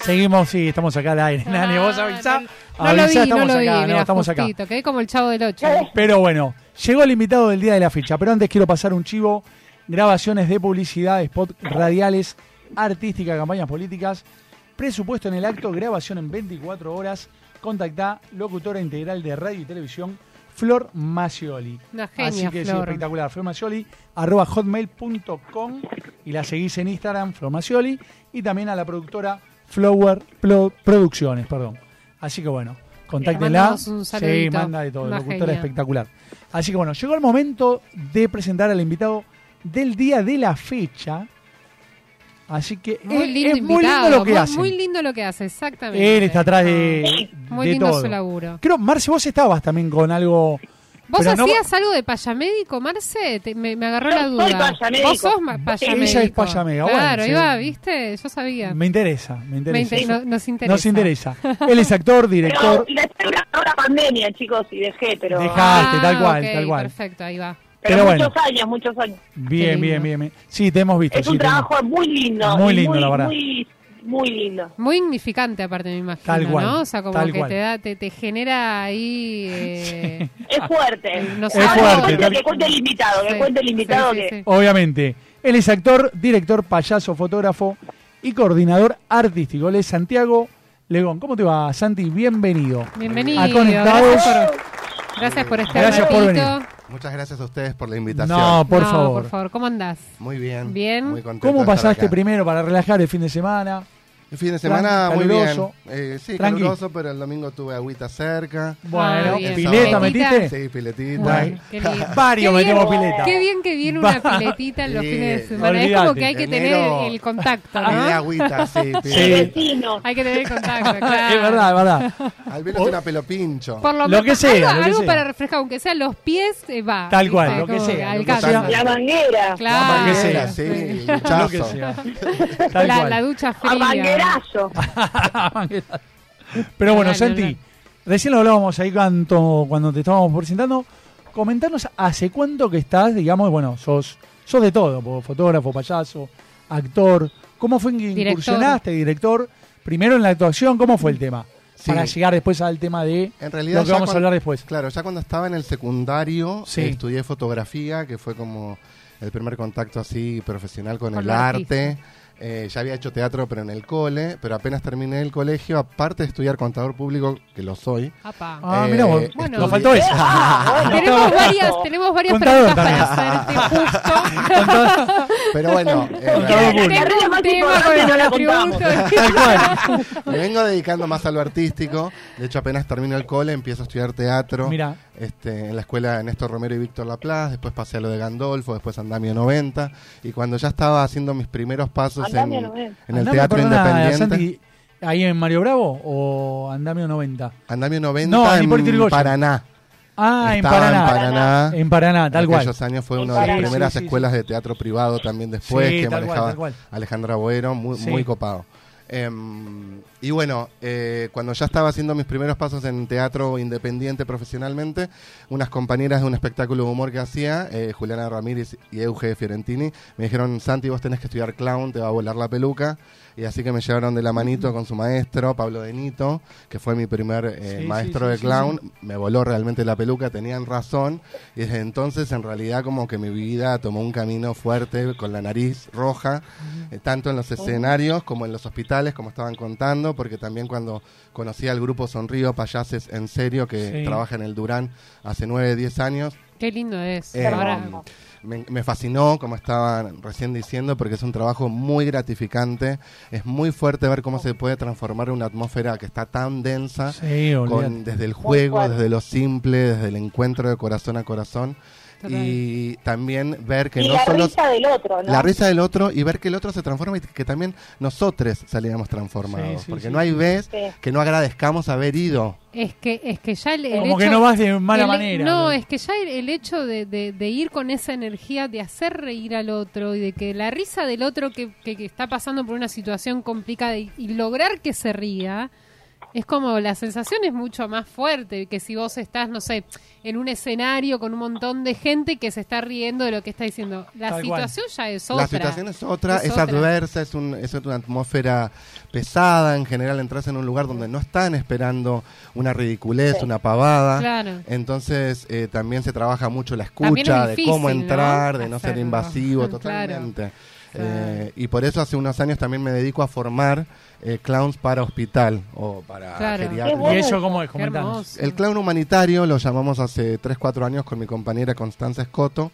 Speaker 2: Seguimos, sí, estamos acá al aire. Nani, vos
Speaker 3: Ah,
Speaker 2: avisá.
Speaker 3: No, no lo
Speaker 2: avisá,
Speaker 3: vi, no
Speaker 2: estamos
Speaker 3: lo vi.
Speaker 2: acá, no,
Speaker 3: mirá,
Speaker 2: estamos acá.
Speaker 3: justito. Quedé como el chavo del 8.
Speaker 5: Eh,
Speaker 2: Pero bueno, llegó el invitado del día de la ficha. Pero antes quiero pasar un chivo. Grabaciones de publicidad, spot radiales, artística, campañas políticas, presupuesto en el acto, grabación en 24 horas. Contactá, locutora integral de radio y televisión, Flor Macioli.
Speaker 3: Una
Speaker 2: Así
Speaker 3: genia,
Speaker 2: que sí,
Speaker 3: Flor.
Speaker 2: espectacular. Flor Macioli, arroba hotmail.com y la seguís en Instagram, Flor Macioli, y también a la productora Flower Plo- Producciones, perdón. Así que bueno, contáctenla.
Speaker 3: mandamos un
Speaker 2: Sí,
Speaker 3: saludito.
Speaker 2: manda de todo,
Speaker 3: Una
Speaker 2: locutora
Speaker 3: genia.
Speaker 2: espectacular. Así que bueno, llegó el momento de presentar al invitado del día de la fecha. Así que
Speaker 5: eh,
Speaker 3: Muy
Speaker 2: es,
Speaker 3: lindo
Speaker 2: es muy
Speaker 3: invitado,
Speaker 2: lindo lo que
Speaker 3: muy-
Speaker 2: hace.
Speaker 3: Muy lindo lo que hace, exactamente.
Speaker 2: Él está atrás de,
Speaker 3: Muy
Speaker 2: de
Speaker 3: lindo
Speaker 2: todo.
Speaker 3: su laburo.
Speaker 2: Creo, Marce, vos estabas también con algo
Speaker 3: ¿Vos
Speaker 2: Pero no-
Speaker 3: hacías algo de payamédico, Marce? Te- me, me agarró
Speaker 5: Yo
Speaker 3: la duda.
Speaker 5: soy payamédico.
Speaker 3: Vos sos ma- payamédico.
Speaker 2: Ella es payamédica, bueno,
Speaker 3: Claro,
Speaker 2: sí.
Speaker 3: iba, viste, yo sabía.
Speaker 2: Me interesa, me
Speaker 3: Me
Speaker 2: interesa.
Speaker 3: inter- no- nos interesa.
Speaker 2: Nos interesa. Él es actor,
Speaker 5: Pero
Speaker 2: director.
Speaker 5: y la estoy grabando la pandemia, chicos, y dejé, pero.
Speaker 2: Dejá. Arte, tal cual,
Speaker 3: Ah, ok,
Speaker 2: tal cual.
Speaker 3: Perfecto, ahí va.
Speaker 5: pero
Speaker 2: pero
Speaker 5: muchos
Speaker 2: bueno.
Speaker 5: años, muchos años.
Speaker 2: Bien,
Speaker 3: lindo.
Speaker 2: bien, bien, bien. Sí, te hemos visto.
Speaker 5: Es
Speaker 2: sí,
Speaker 5: un
Speaker 2: te hemos-
Speaker 5: trabajo muy lindo.
Speaker 2: Muy
Speaker 5: y
Speaker 2: lindo, la verdad.
Speaker 5: Muy, muy lindo.
Speaker 3: Muy insignificante, aparte, me imagino,
Speaker 2: Tal cual,
Speaker 3: ¿no? O sea, como
Speaker 2: tal
Speaker 3: que
Speaker 2: cual.
Speaker 3: te, da, te, te genera ahí... eh,
Speaker 5: Es fuerte.
Speaker 3: No sé.
Speaker 2: Es
Speaker 5: Ah,
Speaker 2: fuerte,
Speaker 5: cuente-
Speaker 2: tal-
Speaker 5: Que cuente el invitado, que
Speaker 3: sí,
Speaker 5: cuente el invitado
Speaker 3: sí, sí,
Speaker 5: que.
Speaker 3: sí.
Speaker 2: Obviamente. Él es actor, director, payaso, fotógrafo y coordinador artístico. Él es Santiago Legón. ¿Cómo te va, Santi? Bienvenido.
Speaker 3: Bienvenido.
Speaker 2: A Conectados.
Speaker 3: Gracias por, gracias por este
Speaker 2: Gracias por
Speaker 3: ratito.
Speaker 2: venir.
Speaker 9: Muchas gracias a ustedes por la invitación.
Speaker 2: No, pues, por
Speaker 3: No,
Speaker 2: favor.
Speaker 3: por favor, ¿cómo andás?
Speaker 9: Muy bien.
Speaker 3: Bien.
Speaker 9: Muy contento de
Speaker 2: ¿Cómo
Speaker 9: estar
Speaker 2: pasaste
Speaker 9: acá.
Speaker 2: primero para relajar el fin de semana?
Speaker 9: El fin de semana
Speaker 2: Tranqui,
Speaker 9: muy
Speaker 2: caluroso.
Speaker 9: bien. Eh, sí,
Speaker 2: Tranqui.
Speaker 9: caluroso, pero el domingo tuve agüita cerca.
Speaker 2: Bueno,
Speaker 3: bien.
Speaker 2: ¿pileta
Speaker 9: Piletita.
Speaker 2: metiste?
Speaker 9: Sí, piletita.
Speaker 2: Bueno.
Speaker 3: qué lindo.
Speaker 2: Varios
Speaker 3: Qué
Speaker 2: metimos
Speaker 3: bien,
Speaker 2: pileta.
Speaker 3: Qué bien que viene una piletita en los
Speaker 9: Sí,
Speaker 3: fines de semana. Es como
Speaker 2: olvídate.
Speaker 3: que hay que
Speaker 9: Enero.
Speaker 3: tener el contacto,
Speaker 9: Pide
Speaker 3: ¿no?
Speaker 9: agüita, sí, pide.
Speaker 2: Sí.
Speaker 5: Vecino.
Speaker 3: Hay que tener el contacto, claro.
Speaker 2: Es verdad, es verdad.
Speaker 9: Al menos una pelo pincho.
Speaker 3: Por lo,
Speaker 2: Lo
Speaker 3: menos
Speaker 2: que sea,
Speaker 3: algo,
Speaker 2: lo que
Speaker 3: algo
Speaker 2: sea.
Speaker 3: para refrescar, aunque sea los pies, eh, va.
Speaker 2: Tal
Speaker 3: ¿viste?
Speaker 2: cual, lo que
Speaker 3: Como
Speaker 2: sea, lo que
Speaker 3: alcanza.
Speaker 9: sea.
Speaker 5: La manguera.
Speaker 3: Claro.
Speaker 2: Lo que sea,
Speaker 9: sí,
Speaker 3: sí.
Speaker 9: el
Speaker 2: Lo que
Speaker 9: chazo.
Speaker 2: sea. Tal
Speaker 3: La,
Speaker 2: cual.
Speaker 3: la ducha
Speaker 5: A
Speaker 3: fría.
Speaker 5: manguerazo.
Speaker 2: Pero bueno,
Speaker 3: Dale,
Speaker 2: Santi,
Speaker 3: dale.
Speaker 2: recién lo hablábamos ahí cuando, cuando te estábamos presentando. Comentanos hace cuánto que estás, digamos, bueno, sos, sos de todo, po- fotógrafo, payaso, actor. ¿Cómo fue que
Speaker 3: Director.
Speaker 2: incursionaste, director? Primero en la actuación, ¿cómo fue el tema?
Speaker 9: Sí.
Speaker 2: Para llegar después al tema de
Speaker 9: En realidad
Speaker 2: lo que
Speaker 9: ya
Speaker 2: vamos a
Speaker 9: cuan-
Speaker 2: hablar después.
Speaker 9: Claro, ya cuando estaba en el secundario
Speaker 2: Sí.
Speaker 9: eh, estudié fotografía, que fue como el primer contacto así profesional con,
Speaker 3: Con
Speaker 9: el
Speaker 3: lo
Speaker 9: arte. Eh, ya había hecho teatro, pero en el cole. Pero apenas terminé el colegio, aparte de estudiar contador público, que lo soy.
Speaker 3: Apa.
Speaker 2: Ah,
Speaker 9: Eh,
Speaker 2: mirá vos,
Speaker 3: bueno.
Speaker 2: nos faltó eso.
Speaker 3: tenemos varias, tenemos varias
Speaker 2: Contador
Speaker 3: preguntas para hacerte justo.
Speaker 9: Pero bueno, eh, en realidad-
Speaker 2: Contador
Speaker 3: Tengo
Speaker 2: público.
Speaker 3: un tema con el atributo.
Speaker 2: Tal cual.
Speaker 9: Me vengo dedicando más a lo artístico. De hecho, apenas termino el cole, empiezo a estudiar teatro.
Speaker 2: Mirá.
Speaker 9: Este, en la escuela de Néstor Romero y Víctor Laplace. Después pasé a lo de Gandolfo, después Andamio 90. Y cuando ya estaba haciendo mis primeros pasos en,
Speaker 5: Andamio 90.
Speaker 9: en el
Speaker 2: Andame,
Speaker 9: teatro
Speaker 2: perdona,
Speaker 9: independiente.
Speaker 2: Santi, ¿Ahí en Mario Bravo o Andamio 90?
Speaker 9: Andamio 90
Speaker 2: No, ni por
Speaker 9: en
Speaker 2: Irigoyen.
Speaker 9: Paraná.
Speaker 2: Ah, en
Speaker 9: Estaba
Speaker 2: Paraná.
Speaker 9: En Paraná.
Speaker 2: En Paraná, tal
Speaker 9: En
Speaker 2: cual.
Speaker 9: aquellos años fue
Speaker 5: En
Speaker 9: una de las
Speaker 5: Paraná.
Speaker 9: primeras
Speaker 2: Sí, sí, sí.
Speaker 9: escuelas de teatro privado también después
Speaker 2: Sí,
Speaker 9: que
Speaker 2: tal cual,
Speaker 9: manejaba
Speaker 2: tal cual.
Speaker 9: Alejandra Boero, muy,
Speaker 2: Sí.
Speaker 9: muy copado. Em, y bueno, eh, cuando ya estaba haciendo mis primeros pasos en teatro independiente profesionalmente, unas compañeras de un espectáculo de humor que hacía, eh, Juliana Ramírez y Euge Fiorentini, me dijeron, Santi, vos tenés que estudiar clown, te va a volar la peluca. Y así que me llevaron de la manito con su maestro, Pablo Denito, que fue mi primer eh,
Speaker 2: Sí,
Speaker 9: maestro
Speaker 2: sí, sí,
Speaker 9: de
Speaker 2: sí,
Speaker 9: clown. Me voló realmente la peluca, tenían razón. Y desde entonces, en realidad, como que mi vida tomó un camino fuerte con la nariz roja, eh, tanto en los escenarios como en los hospitales, como estaban contando, porque también cuando conocí al grupo Sonrío Payases en Serio, que
Speaker 2: Sí.
Speaker 9: trabaja en el Durán hace 9, 10 años,
Speaker 3: Qué lindo es.
Speaker 9: eh,
Speaker 3: Ahora,
Speaker 9: me, me fascinó, como estaban recién diciendo, porque es un trabajo muy gratificante. Es muy fuerte ver cómo se puede transformar una atmósfera que está tan densa
Speaker 2: Sí, olvídate.
Speaker 9: con, desde el juego,
Speaker 5: fuerte.
Speaker 9: desde lo simple, desde el encuentro de corazón a corazón.
Speaker 3: Total.
Speaker 9: Y también ver que
Speaker 5: y
Speaker 9: no
Speaker 5: la
Speaker 9: solo
Speaker 5: risa del otro, ¿no?
Speaker 9: la risa del otro y ver que el otro se transforma y que también nosotros salíamos transformados.
Speaker 2: Sí, sí,
Speaker 9: porque
Speaker 2: sí,
Speaker 9: no hay vez
Speaker 5: Sí.
Speaker 9: que no agradezcamos haber ido.
Speaker 3: Es que, es que ya el, el
Speaker 2: Como que
Speaker 3: hecho-
Speaker 2: no vas de mala
Speaker 3: el-
Speaker 2: manera.
Speaker 3: No,
Speaker 2: boludo.
Speaker 3: es que ya el, el hecho de, de- de ir con esa energía, de hacer reír al otro y de que la risa del otro que, que- que está pasando por una situación complicada y, y lograr que se ría, es como la sensación es mucho más fuerte que si vos estás, no sé, en un escenario con un montón de gente que se está riendo de lo que está diciendo. La
Speaker 2: Tal cual.
Speaker 3: situación ya es otra.
Speaker 9: La situación es otra, es,
Speaker 3: otra.
Speaker 9: adversa, es, un, es una atmósfera pesada. En general, entras en un lugar donde no están esperando una ridiculez, una pavada.
Speaker 3: Claro.
Speaker 9: Entonces, eh, también se trabaja mucho la
Speaker 3: También es
Speaker 9: escucha, de
Speaker 3: difícil,
Speaker 9: cómo
Speaker 3: ¿no?
Speaker 9: entrar, de no ser
Speaker 3: Hacerlo.
Speaker 9: invasivo,
Speaker 3: Claro.
Speaker 9: totalmente.
Speaker 3: Claro.
Speaker 9: Eh, y por eso hace unos años también me dedico a formar eh, clowns para hospital o para
Speaker 3: Claro.
Speaker 9: geriatría.
Speaker 5: Qué
Speaker 2: ¿Y
Speaker 5: bueno.
Speaker 2: eso cómo es?
Speaker 3: Qué
Speaker 2: Comentanos.
Speaker 3: hermoso.
Speaker 9: El clown humanitario lo llamamos hace 3, 4 años con mi compañera Constanza Escoto.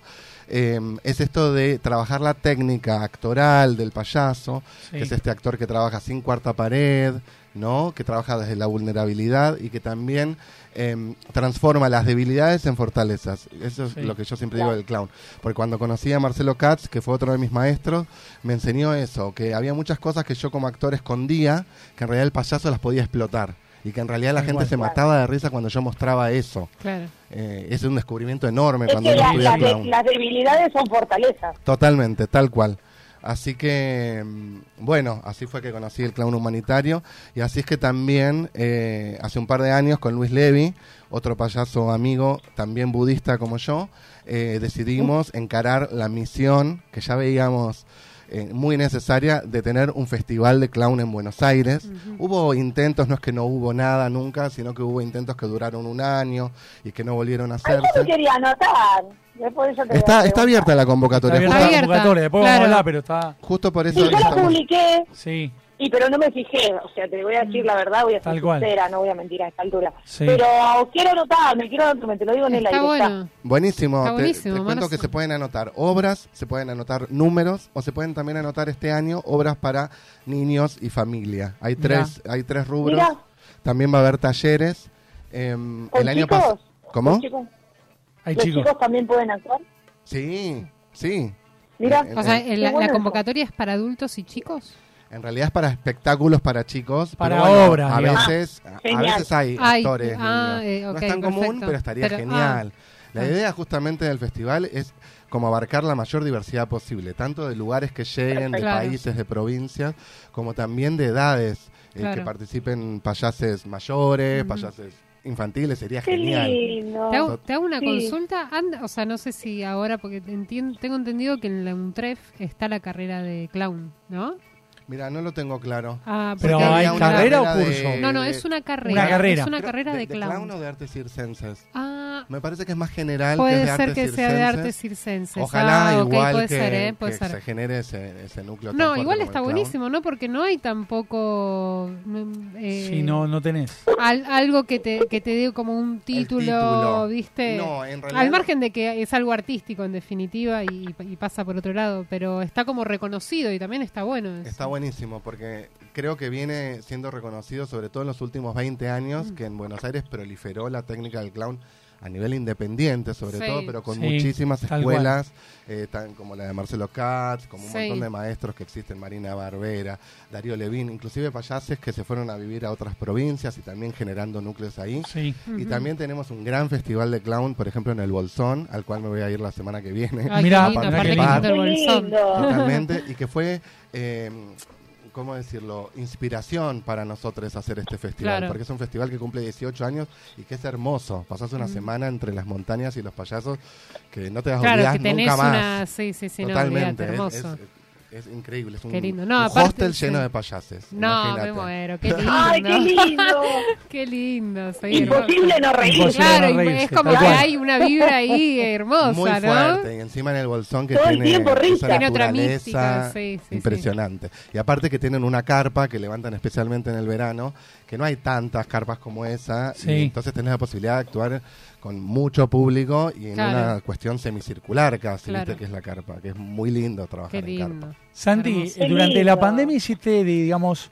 Speaker 9: Eh, es esto de trabajar la técnica actoral del payaso,
Speaker 2: Sí.
Speaker 9: que es este actor que trabaja sin cuarta pared, ¿no? que trabaja desde la vulnerabilidad y que también eh, transforma las debilidades en fortalezas. Eso es
Speaker 2: Sí.
Speaker 9: lo que yo siempre digo del clown. Porque cuando conocí a Marcelo Katz, que fue otro de mis maestros, me enseñó eso, que había muchas cosas que yo como actor escondía, que en realidad el payaso las podía explotar. Y que en realidad la
Speaker 2: Tal
Speaker 9: gente
Speaker 2: cual.
Speaker 9: se mataba de risa cuando yo mostraba eso.
Speaker 3: Claro.
Speaker 9: Eh, es un descubrimiento enorme
Speaker 5: Es
Speaker 9: cuando
Speaker 5: que
Speaker 9: uno
Speaker 5: la-
Speaker 9: estudia
Speaker 5: las de-
Speaker 9: clown.
Speaker 5: las debilidades son fortalezas.
Speaker 9: Totalmente, tal cual. Así que, mm, bueno, así fue que conocí el clown humanitario y así es que también eh, hace un par de años con Luis Levy, otro payaso amigo, también budista como yo, eh, decidimos encarar la misión que ya veíamos eh, muy necesaria de tener un festival de clown en Buenos Aires. Hubo intentos, no es que no hubo nada nunca, sino que hubo intentos que duraron un año y que no volvieron a
Speaker 5: Ay, yo
Speaker 9: hacerse.
Speaker 5: me quería anotar. Después yo te
Speaker 9: Está,
Speaker 5: voy a
Speaker 9: está
Speaker 5: preguntar.
Speaker 9: abierta la convocatoria.
Speaker 2: Está
Speaker 9: justo-
Speaker 2: abierta la
Speaker 3: Abierta,
Speaker 2: convocatoria, después vamos a
Speaker 3: claro.
Speaker 2: hablar, pero está.
Speaker 9: Justo por eso.
Speaker 5: Sí, yo la
Speaker 9: estamos-
Speaker 5: publiqué,
Speaker 2: Sí.
Speaker 5: y pero no me fijé. O sea, te voy a
Speaker 9: Mm,
Speaker 5: decir la verdad, voy a ser
Speaker 2: Tal cual.
Speaker 5: sincera, no voy a mentir a esta altura.
Speaker 2: Sí.
Speaker 5: Pero quiero anotarme, quiero anotarme, te lo digo en el
Speaker 3: Está
Speaker 5: aire. está.
Speaker 3: bueno.
Speaker 9: Buenísimo.
Speaker 3: Está
Speaker 9: Te-
Speaker 3: buenísimo,
Speaker 9: te, cuento
Speaker 3: Marzo.
Speaker 9: que se pueden anotar obras, se pueden anotar números o se pueden también anotar este año obras para niños y familia. Hay
Speaker 2: Mirá.
Speaker 9: tres, hay tres rubros.
Speaker 5: Mirá.
Speaker 9: También va a haber talleres. Em,
Speaker 5: ¿Con
Speaker 9: el año
Speaker 5: chicos?
Speaker 9: pasado. ¿Cómo?
Speaker 5: Los chicos,
Speaker 2: Hay
Speaker 5: los
Speaker 2: chicos.
Speaker 5: chicos también pueden actuar.
Speaker 9: Sí, sí.
Speaker 5: Mira,
Speaker 9: Eh,
Speaker 3: O sea,
Speaker 9: eh,
Speaker 3: el-
Speaker 5: Qué
Speaker 3: la,
Speaker 5: bueno eso.
Speaker 3: convocatoria es para adultos y chicos.
Speaker 9: En realidad es para espectáculos para chicos.
Speaker 2: Para
Speaker 9: pero bueno,
Speaker 2: obras,
Speaker 9: A
Speaker 2: digamos.
Speaker 9: veces, a- a
Speaker 5: genial.
Speaker 9: veces hay
Speaker 3: Ay,
Speaker 9: actores.
Speaker 3: ah,
Speaker 9: niños.
Speaker 3: eh,
Speaker 9: no
Speaker 3: ok,
Speaker 9: es tan común,
Speaker 3: perfecto.
Speaker 9: pero estaría
Speaker 3: Pero, ah.
Speaker 9: genial. La
Speaker 3: Ah.
Speaker 9: idea justamente del festival es como abarcar la mayor diversidad posible, tanto de lugares que lleguen, de
Speaker 3: Claro.
Speaker 9: países, de provincias, como también de edades, eh, que
Speaker 3: Claro.
Speaker 9: participen payases mayores, payases infantiles, sería
Speaker 5: Qué
Speaker 9: genial.
Speaker 5: lindo.
Speaker 3: Te hago, te hago una
Speaker 5: Sí.
Speaker 3: consulta. Anda- o sea, no sé si ahora, porque te entien- tengo entendido que en la UNTREF está la carrera de clown, ¿no?
Speaker 9: Mira, no lo tengo claro.
Speaker 3: Ah,
Speaker 2: Pero
Speaker 3: porque-
Speaker 2: hay
Speaker 9: Sería una
Speaker 2: carrera o
Speaker 9: de-
Speaker 2: curso?
Speaker 3: No, no, es una carrera.
Speaker 2: Una carrera.
Speaker 3: Es una
Speaker 9: Creo-
Speaker 3: carrera de, clown.
Speaker 9: o de artes circenses.
Speaker 3: Ah,
Speaker 9: Me parece que es más general que
Speaker 3: puede
Speaker 9: es de
Speaker 3: ser
Speaker 9: artes
Speaker 3: que sea de
Speaker 9: circenses.
Speaker 3: artes circenses.
Speaker 9: Ojalá
Speaker 3: Ah, ok,
Speaker 9: igual
Speaker 3: puede
Speaker 9: que,
Speaker 3: ser, ¿eh? Puede
Speaker 9: que
Speaker 3: ser.
Speaker 9: se genere ese, ese núcleo. tan
Speaker 3: No,
Speaker 9: fuerte
Speaker 3: igual
Speaker 9: como
Speaker 3: está
Speaker 9: el clown.
Speaker 3: buenísimo, ¿no? Porque no hay tampoco mm, eh,
Speaker 2: Si no, no tenés.
Speaker 3: al- algo que te, que te dé como un
Speaker 9: El
Speaker 3: título, ¿viste?
Speaker 9: No, en realidad.
Speaker 3: Al margen de que es algo artístico en definitiva y, y pasa por otro lado, pero está como reconocido y también está bueno. eso.
Speaker 9: Está buenísimo porque creo que viene siendo reconocido, sobre todo en los últimos 20
Speaker 3: Mm.
Speaker 9: años, que en Buenos Aires proliferó la técnica del clown a nivel independiente, sobre
Speaker 3: Sí.
Speaker 9: todo, pero con
Speaker 2: Sí,
Speaker 9: muchísimas
Speaker 2: tal cual.
Speaker 9: escuelas, eh, tan como la de Marcelo Katz, como un
Speaker 3: Sí.
Speaker 9: montón de maestros que existen, Marina Barbera, Darío Levín, inclusive payases que se fueron a vivir a otras provincias y también generando núcleos ahí.
Speaker 2: Sí.
Speaker 9: Y también tenemos un gran festival de clown, por ejemplo, en el Bolsón, al cual me voy a ir la semana que viene.
Speaker 3: Ay,
Speaker 2: Mirá,
Speaker 3: qué
Speaker 9: mirá
Speaker 3: lindo,
Speaker 9: qué
Speaker 3: aparte que lindo
Speaker 9: lindo.
Speaker 3: el
Speaker 5: Qué
Speaker 3: bolsón.
Speaker 5: lindo.
Speaker 9: Totalmente, y que fue, eh, ¿cómo decirlo?, inspiración para nosotros hacer este festival,
Speaker 3: Claro.
Speaker 9: porque es un festival que cumple 18 años y que es hermoso. Pasás
Speaker 3: Mm.
Speaker 9: una semana entre las montañas y los payasos que no te vas a
Speaker 3: Claro,
Speaker 9: olvidar
Speaker 3: que tenés
Speaker 9: nunca más.
Speaker 3: una... Sí, sí, sí, no,
Speaker 9: Totalmente,
Speaker 3: olvidate,
Speaker 9: es-
Speaker 3: hermoso.
Speaker 9: Es, es increíble, es un,
Speaker 3: Qué lindo. No,
Speaker 9: un
Speaker 3: aparte,
Speaker 9: hostel
Speaker 3: sí.
Speaker 9: lleno de payases.
Speaker 3: no, me
Speaker 9: imagínate.
Speaker 3: muero, qué lindo.
Speaker 5: Ay, qué lindo.
Speaker 3: Qué lindo, soy
Speaker 5: Imposible no
Speaker 3: hermosa.
Speaker 5: reír.
Speaker 2: Imposible
Speaker 3: Claro,
Speaker 2: no
Speaker 3: y
Speaker 2: reírse,
Speaker 3: es como
Speaker 2: tal
Speaker 3: que
Speaker 2: cual.
Speaker 3: hay una vibra ahí hermosa,
Speaker 9: Muy
Speaker 3: ¿no?
Speaker 9: fuerte, y encima en el bolsón que
Speaker 5: Todo el
Speaker 9: tiene
Speaker 5: tiempo
Speaker 9: esa
Speaker 5: risa.
Speaker 3: Tiene otra
Speaker 9: naturaleza
Speaker 3: mística, sí, sí, sí.
Speaker 9: impresionante. Y aparte que tienen una carpa que levantan especialmente en el verano, que no hay tantas carpas como esa,
Speaker 2: Sí.
Speaker 9: y entonces tenés la posibilidad de actuar con mucho público y en
Speaker 3: Claro.
Speaker 9: una cuestión semicircular casi,
Speaker 3: Claro.
Speaker 9: ¿viste? que es la carpa, que es muy lindo
Speaker 3: Qué
Speaker 9: trabajar en
Speaker 3: lindo.
Speaker 9: carpa.
Speaker 2: Santi,
Speaker 3: Hermoso.
Speaker 2: eh, durante la
Speaker 5: Lindo.
Speaker 2: pandemia hiciste, de- digamos,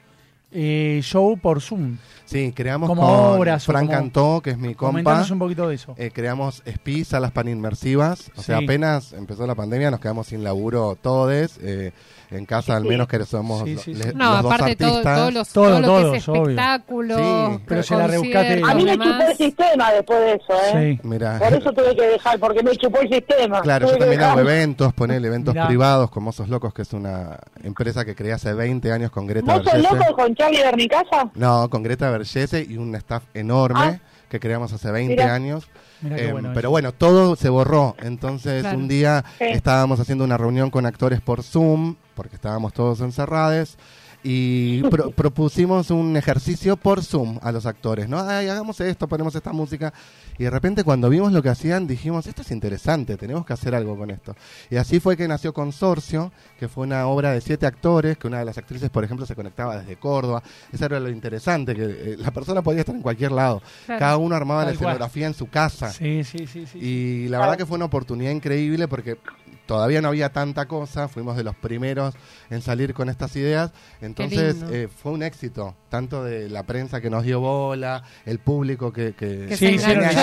Speaker 2: eh, show por Zoom.
Speaker 9: Sí, creamos
Speaker 2: Como
Speaker 9: con
Speaker 2: obras o
Speaker 9: Frank
Speaker 2: como-
Speaker 9: Cantó, que es mi compa.
Speaker 2: Comentanos un poquito de eso.
Speaker 9: Eh, creamos SPI, salas paninmersivas. O sea,
Speaker 2: Sí.
Speaker 9: apenas empezó la pandemia, nos quedamos sin laburo todos. eh, en casa, al menos que somos
Speaker 2: Sí,
Speaker 9: lo-
Speaker 2: sí,
Speaker 9: le-
Speaker 2: sí.
Speaker 9: los
Speaker 3: No,
Speaker 9: dos
Speaker 3: aparte todo,
Speaker 9: artistas.
Speaker 3: todo, los,
Speaker 2: Todo,
Speaker 3: todo, lo que es
Speaker 2: todos, obvio.
Speaker 3: espectáculo,
Speaker 9: Sí,
Speaker 2: pero se la rebuscaste.
Speaker 9: eh.
Speaker 5: A mí me chupó
Speaker 3: demás.
Speaker 5: el sistema después de eso, ¿eh?
Speaker 2: Sí.
Speaker 9: Mirá.
Speaker 5: Por eso tuve que dejar, porque me chupó el sistema.
Speaker 9: Claro,
Speaker 5: Tuve
Speaker 9: yo
Speaker 5: que
Speaker 9: también hago
Speaker 5: dejar.
Speaker 9: eventos, poner eventos
Speaker 2: Mirá.
Speaker 9: privados como Sos Locos, que es una empresa que creé hace 20 años con Greta
Speaker 5: ¿Vos sos
Speaker 9: Vergese.
Speaker 5: loco con Charlie de mi casa?
Speaker 9: No, con Greta Vergese y un staff
Speaker 3: Ah.
Speaker 9: enorme que creamos hace 20
Speaker 5: Mirá.
Speaker 9: años.
Speaker 2: Mirá qué
Speaker 9: Em,
Speaker 2: bueno
Speaker 9: pero
Speaker 2: eso.
Speaker 9: bueno, todo se borró. Entonces,
Speaker 3: Claro.
Speaker 9: un día
Speaker 5: Sí.
Speaker 9: estábamos haciendo una reunión con actores por Zoom, porque estábamos todos encerrados. Y pro- propusimos un ejercicio por Zoom a los actores, ¿no? Ay, hagamos esto, ponemos esta música. Y de repente cuando vimos lo que hacían, dijimos, esto es interesante, tenemos que hacer algo con esto. Y así fue que nació Consorcio, que fue una obra de siete actores, que una de las actrices, por ejemplo, se conectaba desde Córdoba. Eso era lo interesante, que eh, la persona podía estar en cualquier lado.
Speaker 3: Claro.
Speaker 9: Cada uno armaba la
Speaker 2: Tal cual.
Speaker 9: escenografía en su casa.
Speaker 2: Sí, sí, sí, sí.
Speaker 9: Y la verdad que fue una oportunidad increíble porque todavía no había tanta cosa, fuimos de los primeros en salir con estas ideas, entonces
Speaker 3: lindo.
Speaker 9: eh, fue un éxito. tanto de la prensa que nos dio bola, el público que... que
Speaker 3: Que se enganchó.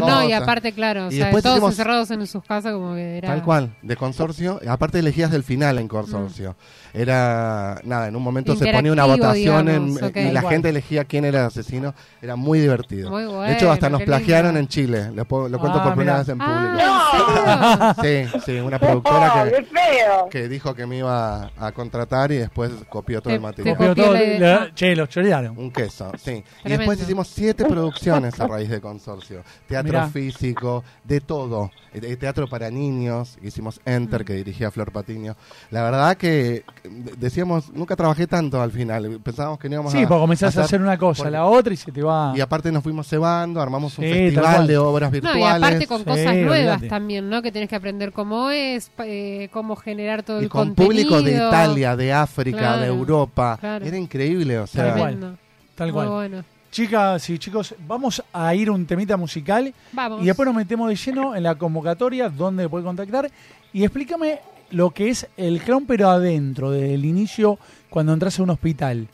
Speaker 3: No, y
Speaker 9: notas.
Speaker 3: aparte, claro, o
Speaker 9: Y
Speaker 3: sea,
Speaker 9: después
Speaker 3: todos
Speaker 9: hicimos-
Speaker 3: encerrados en sus casas como que era...
Speaker 9: Tal cual, de consorcio. Aparte elegías del final en consorcio. Era, nada, en un momento se ponía una
Speaker 3: Mm. Interactivo,
Speaker 9: votación en-
Speaker 3: digamos, ok.
Speaker 9: y la
Speaker 3: Tal cual.
Speaker 9: gente elegía quién era el asesino. Era muy divertido.
Speaker 3: Muy bueno,
Speaker 9: de hecho, hasta nos
Speaker 3: qué
Speaker 9: plagiaron
Speaker 3: lindo.
Speaker 9: en Chile. Lo, puedo- lo cuento
Speaker 2: Ah,
Speaker 9: por primera
Speaker 2: mirá.
Speaker 9: vez en
Speaker 3: Ah,
Speaker 9: público. sí, sí, una productora
Speaker 5: Oh, ¡Qué
Speaker 9: que,
Speaker 5: feo!
Speaker 9: que dijo que me iba a, a contratar y después copió todo
Speaker 3: Te-
Speaker 9: el
Speaker 3: te
Speaker 9: material.
Speaker 2: Pero
Speaker 3: Copió
Speaker 2: todo-
Speaker 3: la idea.
Speaker 2: la- che, los chorearon.
Speaker 9: Un queso, sí. Y
Speaker 3: Tremendo.
Speaker 9: después hicimos siete producciones a raíz de consorcio. Teatro
Speaker 2: Mirá.
Speaker 9: físico, de todo. Eh, eh, Teatro para niños, hicimos Enter, que dirigía Flor Patiño. La verdad que eh, decíamos, nunca trabajé tanto al final. Pensábamos que no íbamos a...
Speaker 2: Sí, pues comenzás a
Speaker 9: estar-
Speaker 2: hacer una cosa,
Speaker 9: por-
Speaker 2: la otra y se te va.
Speaker 9: Y aparte nos fuimos cebando, armamos un
Speaker 2: Sí, tal
Speaker 9: festival
Speaker 2: cual.
Speaker 9: de obras
Speaker 3: No,
Speaker 9: virtuales.
Speaker 3: y aparte con
Speaker 2: Sí,
Speaker 3: cosas nuevas
Speaker 2: olvídate.
Speaker 3: también, ¿no? Que tenés que aprender cómo es, pa- eh, cómo generar todo
Speaker 9: Y
Speaker 3: el
Speaker 9: con
Speaker 3: contenido.
Speaker 9: público de Italia, de África, de
Speaker 3: Claro,
Speaker 9: Europa.
Speaker 3: claro.
Speaker 9: Era increíble, o sea...
Speaker 2: Tal cual.
Speaker 3: Tremendo.
Speaker 2: Tal
Speaker 3: Muy
Speaker 2: cual.
Speaker 3: bueno.
Speaker 2: Chicas y chicos, vamos a ir a un temita musical
Speaker 3: Vamos.
Speaker 2: y después nos metemos de lleno en la convocatoria, donde puede contactar. Y explícame lo que es el clown, pero adentro, desde el inicio, cuando entras a un hospital.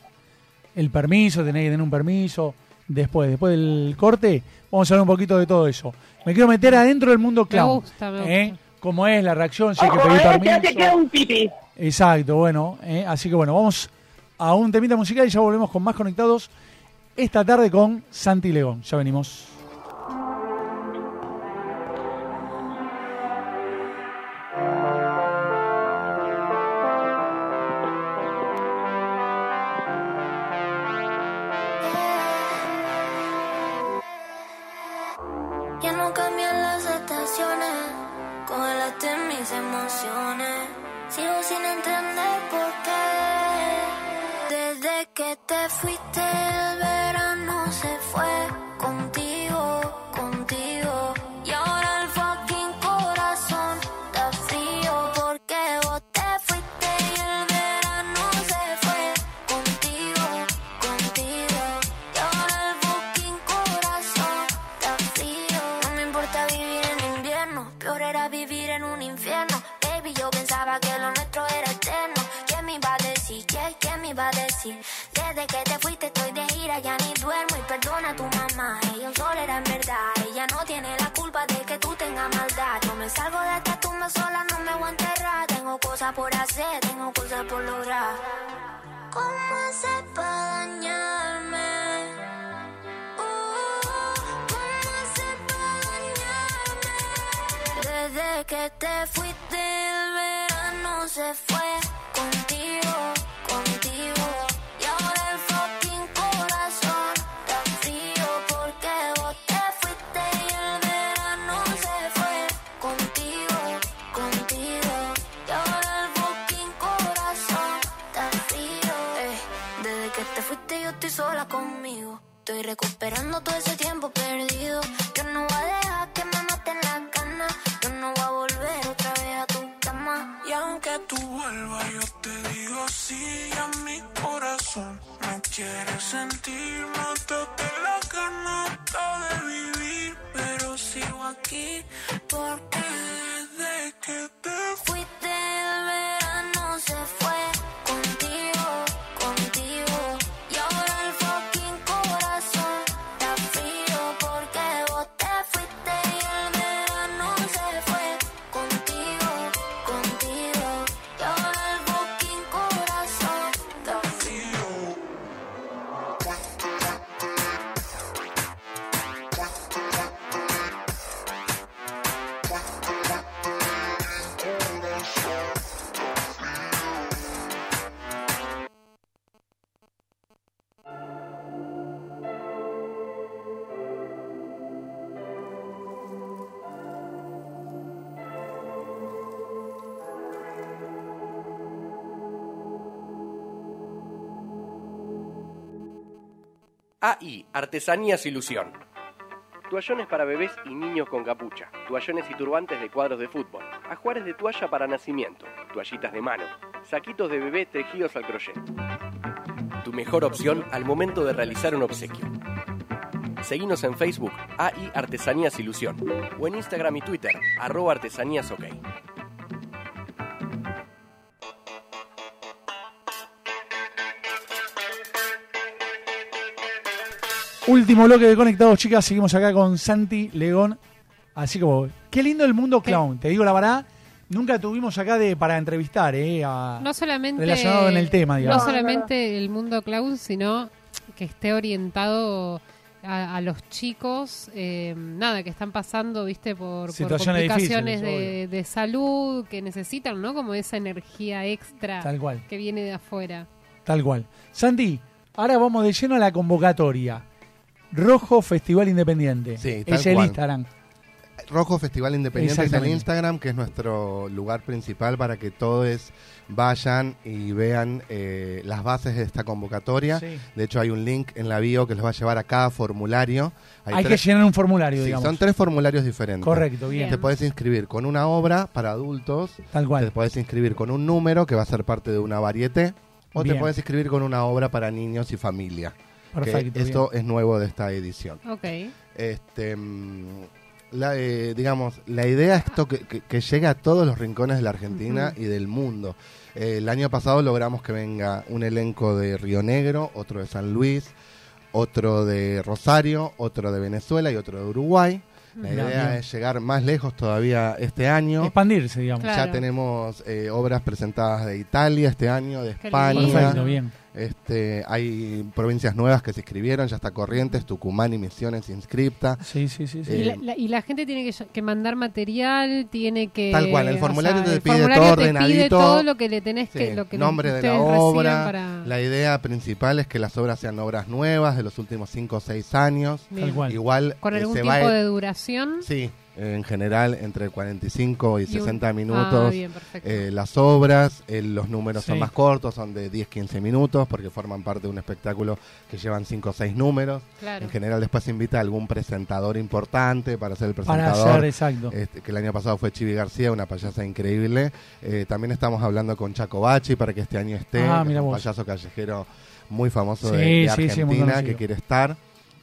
Speaker 2: El permiso, tenés que tener un permiso. Después, después del corte, vamos a hablar un poquito de todo eso. Me quiero meter adentro del mundo clown.
Speaker 3: gusta, me
Speaker 2: ¿eh?
Speaker 3: gusta.
Speaker 2: ¿Cómo es la reacción? Si hay que
Speaker 5: Ojo,
Speaker 2: pedir
Speaker 5: eh, te hace
Speaker 2: permiso.
Speaker 5: quedar un pipí.
Speaker 2: Exacto, bueno. eh, Así que bueno, vamos a un temita musical y ya volvemos con más conectados esta tarde con Santi Legón. Ya venimos.
Speaker 7: Ya no cambian las estaciones, congelaste mis emociones. Sigo sin entender por qué. Desde que te fuiste, el verano se fue contigo, contigo. Y ahora el fucking corazón está frío porque vos te fuiste y el verano se fue contigo, contigo. Y ahora el fucking corazón está frío. No me importa vivir en invierno, peor era vivir en un infierno. Baby, yo pensaba que lo nuestro era eterno. ¿Qué me iba a decir? ¿Qué, qué me iba a decir? Desde que te fuiste estoy de gira, ya ni duermo y perdona a tu mamá. Ella un sol era en verdad, ella no tiene la culpa de que tú tengas maldad. Yo me salgo de esta tumba sola, no me voy a enterrar. Tengo cosas por hacer, tengo cosas por lograr. ¿Cómo hace para dañarme? Uh, Desde que te fuiste el verano se fue contigo, contigo Y ahora el fucking corazón está frío porque vos te fuiste y el verano se fue contigo, contigo Y ahora el fucking corazón está frío Ey, Desde que te fuiste yo estoy sola conmigo Estoy recuperando todo ese tiempo perdido. Yo no voy a dejar que me maten las ganas. Yo no voy a volver otra vez a tu cama. Y aunque tú vuelvas, yo te digo sí a mi corazón. No quieres sentir, no te doy la ganata de vivir. Pero sigo aquí porque desde que te fuiste el verano se fue contigo, contigo. Y ahora el fucking corazón está frío porque vos te fuiste y el verano se fue contigo, contigo. Y ahora el fucking corazón está frío.
Speaker 8: AI, Artesanías Ilusión. Toallones para bebés y niños con capucha. Toallones y turbantes de cuadros de fútbol. Ajuares de toalla para nacimiento. Toallitas de mano. Saquitos de bebé tejidos al crochet. Tu mejor opción al momento de realizar un obsequio. Seguinos en Facebook, AI Artesanías Ilusión. O en Instagram y Twitter, arroba artesanías ok.
Speaker 7: Desde
Speaker 2: Último bloque de Conectados, chicas. Seguimos acá con Santi Legón. Así como, qué lindo el mundo clown. Te digo la verdad, nunca tuvimos acá de para entrevistar, ¿eh? A-
Speaker 3: No solamente.
Speaker 2: Relacionado en el tema, digamos.
Speaker 3: No solamente el mundo clown, sino que esté orientado a, a los chicos, eh, nada, que están pasando, viste, por, por
Speaker 2: Situaciones
Speaker 3: complicaciones
Speaker 2: difíciles,
Speaker 3: de, de salud, que necesitan, ¿no? Como esa energía extra
Speaker 2: Tal cual.
Speaker 3: que viene de afuera.
Speaker 2: Tal cual. Santi, ahora vamos de lleno a la convocatoria. Rojo Festival Independiente.
Speaker 9: Sí, tal
Speaker 2: es el
Speaker 9: cual.
Speaker 2: Instagram.
Speaker 9: Rojo Festival Independiente es el
Speaker 2: Exactamente.
Speaker 9: Instagram, que es nuestro lugar principal para que todos vayan y vean eh, las bases de esta convocatoria.
Speaker 2: Sí.
Speaker 9: De hecho, hay un link en la bio que los va a llevar a cada formulario.
Speaker 2: Hay que llenar un formulario,
Speaker 9: Sí,
Speaker 2: digamos.
Speaker 9: Son tres formularios diferentes.
Speaker 2: Correcto, bien.
Speaker 9: Te puedes inscribir con una obra para adultos.
Speaker 2: Tal cual.
Speaker 9: Te puedes inscribir con un número que va a ser parte de una varieté. O
Speaker 2: Bien.
Speaker 9: te puedes inscribir con una obra para niños y familia. que
Speaker 2: Perfecto,
Speaker 9: esto es nuevo de esta edición.
Speaker 3: Ok.
Speaker 9: Este, mm, la, eh, digamos, la idea es esto que, que- que llegue a todos los rincones de la Argentina y del mundo. Eh, el año pasado logramos que venga un elenco de Río Negro, otro de San Luis, otro de Rosario, otro de Venezuela y otro de Uruguay. La
Speaker 2: Mirá,
Speaker 9: idea
Speaker 2: bien.
Speaker 9: es llegar más lejos todavía este año.
Speaker 2: Expandirse, digamos.
Speaker 9: Ya tenemos eh, obras presentadas de Italia este año, de
Speaker 3: Qué
Speaker 9: España.
Speaker 3: lindo.
Speaker 2: Perfecto, bien.
Speaker 9: Este, hay provincias nuevas que se inscribieron, ya está Corrientes, Tucumán y Misiones inscripta.
Speaker 2: Sí, sí, sí. sí.
Speaker 9: Eh,
Speaker 3: y, la, la- y la gente tiene que, que mandar material, tiene que...
Speaker 9: Tal cual, el
Speaker 3: eh, o
Speaker 9: formulario te
Speaker 3: el
Speaker 9: pide
Speaker 3: formulario
Speaker 9: todo
Speaker 3: te pide
Speaker 9: ordenadito.
Speaker 3: todo lo que le tenés que...
Speaker 9: Sí,
Speaker 3: Lo que
Speaker 9: nombre de la
Speaker 3: ustedes reciban
Speaker 9: obla,
Speaker 3: para-
Speaker 9: la idea principal es que las obras sean obras nuevas de los últimos 5 o 6 años.
Speaker 3: Bien.
Speaker 2: Tal cual.
Speaker 9: Igual
Speaker 3: Con
Speaker 9: eh,
Speaker 3: algún
Speaker 9: se
Speaker 3: tipo
Speaker 9: va
Speaker 3: de duración.
Speaker 9: sí, en general entre 45 y,
Speaker 3: Y un-
Speaker 9: 60
Speaker 3: Ah,
Speaker 9: minutos.
Speaker 3: bien, perfecto.
Speaker 9: eh, las obras, eh, los números son
Speaker 2: Sí.
Speaker 9: más cortos, son de 10-15 minutos porque forman parte de un espectáculo que llevan 5 o 6 números.
Speaker 3: Claro.
Speaker 9: En general después se invita a algún presentador importante para ser el
Speaker 2: Para
Speaker 9: presentador.
Speaker 2: hacer, exacto.
Speaker 9: Este, que el año pasado fue Chivi García, una payasa increíble. Eh, también estamos hablando con Chaco Bachi para que este año esté,
Speaker 2: Ah,
Speaker 9: que es
Speaker 2: mira
Speaker 9: un
Speaker 2: vos.
Speaker 9: payaso callejero muy famoso
Speaker 2: Sí,
Speaker 9: de, de
Speaker 2: sí, sí, muy
Speaker 9: Argentina
Speaker 2: conocido.
Speaker 9: que quiere estar.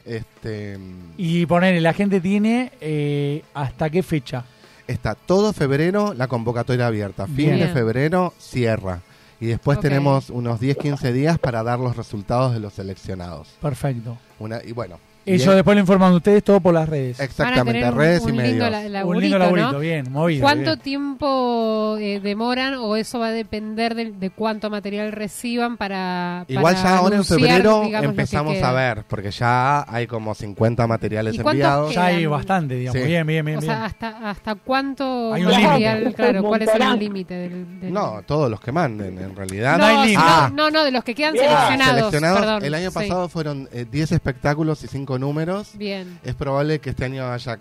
Speaker 9: Este,
Speaker 2: Y ponerle, la gente tiene eh, hasta qué fecha.
Speaker 9: está todo febrero la convocatoria abierta, fin
Speaker 2: Bien.
Speaker 9: de febrero cierra. Y después
Speaker 3: Ok.
Speaker 9: tenemos unos 10-15 días para dar los resultados de los seleccionados.
Speaker 2: Perfecto.
Speaker 9: Una, y bueno,
Speaker 2: Eso
Speaker 9: bien,
Speaker 2: después lo informan ustedes todo por las redes.
Speaker 9: exactamente,
Speaker 3: Van a tener un-
Speaker 9: redes
Speaker 3: un
Speaker 9: y medios.
Speaker 3: lindo la-
Speaker 2: Un lindo
Speaker 3: laburito,
Speaker 2: laburito,
Speaker 3: ¿no?
Speaker 2: bien, movido.
Speaker 3: ¿Cuánto
Speaker 2: bien.
Speaker 3: tiempo eh, demoran o eso va a depender de, de cuánto material reciban para...
Speaker 9: Igual
Speaker 3: para
Speaker 9: ya ahora en
Speaker 3: anunciar,
Speaker 9: febrero
Speaker 3: digamos, lo que
Speaker 9: empezamos
Speaker 3: queda?
Speaker 9: a ver, porque ya hay como 50 materiales
Speaker 3: ¿Y cuántos
Speaker 9: enviados.
Speaker 3: quedan?
Speaker 2: Ya hay bastante, digamos.
Speaker 9: Sí.
Speaker 2: Bien, bien, bien.
Speaker 3: O sea,
Speaker 2: bien.
Speaker 3: hasta, hasta cuánto
Speaker 2: Hay
Speaker 5: un límite.
Speaker 3: material, claro, cuál es el
Speaker 5: Montarán.
Speaker 3: límite del, del-
Speaker 9: No, todos los que manden, en
Speaker 3: No,
Speaker 9: realidad. ah,
Speaker 2: no hay límite.
Speaker 3: no, no, no, de los que quedan
Speaker 5: Bien.
Speaker 3: seleccionados.
Speaker 9: Seleccionados,
Speaker 3: perdón,
Speaker 9: el año
Speaker 3: sí.
Speaker 9: pasado fueron eh, 10 espectáculos y 5 números.
Speaker 3: Bien.
Speaker 9: Es probable que este año haya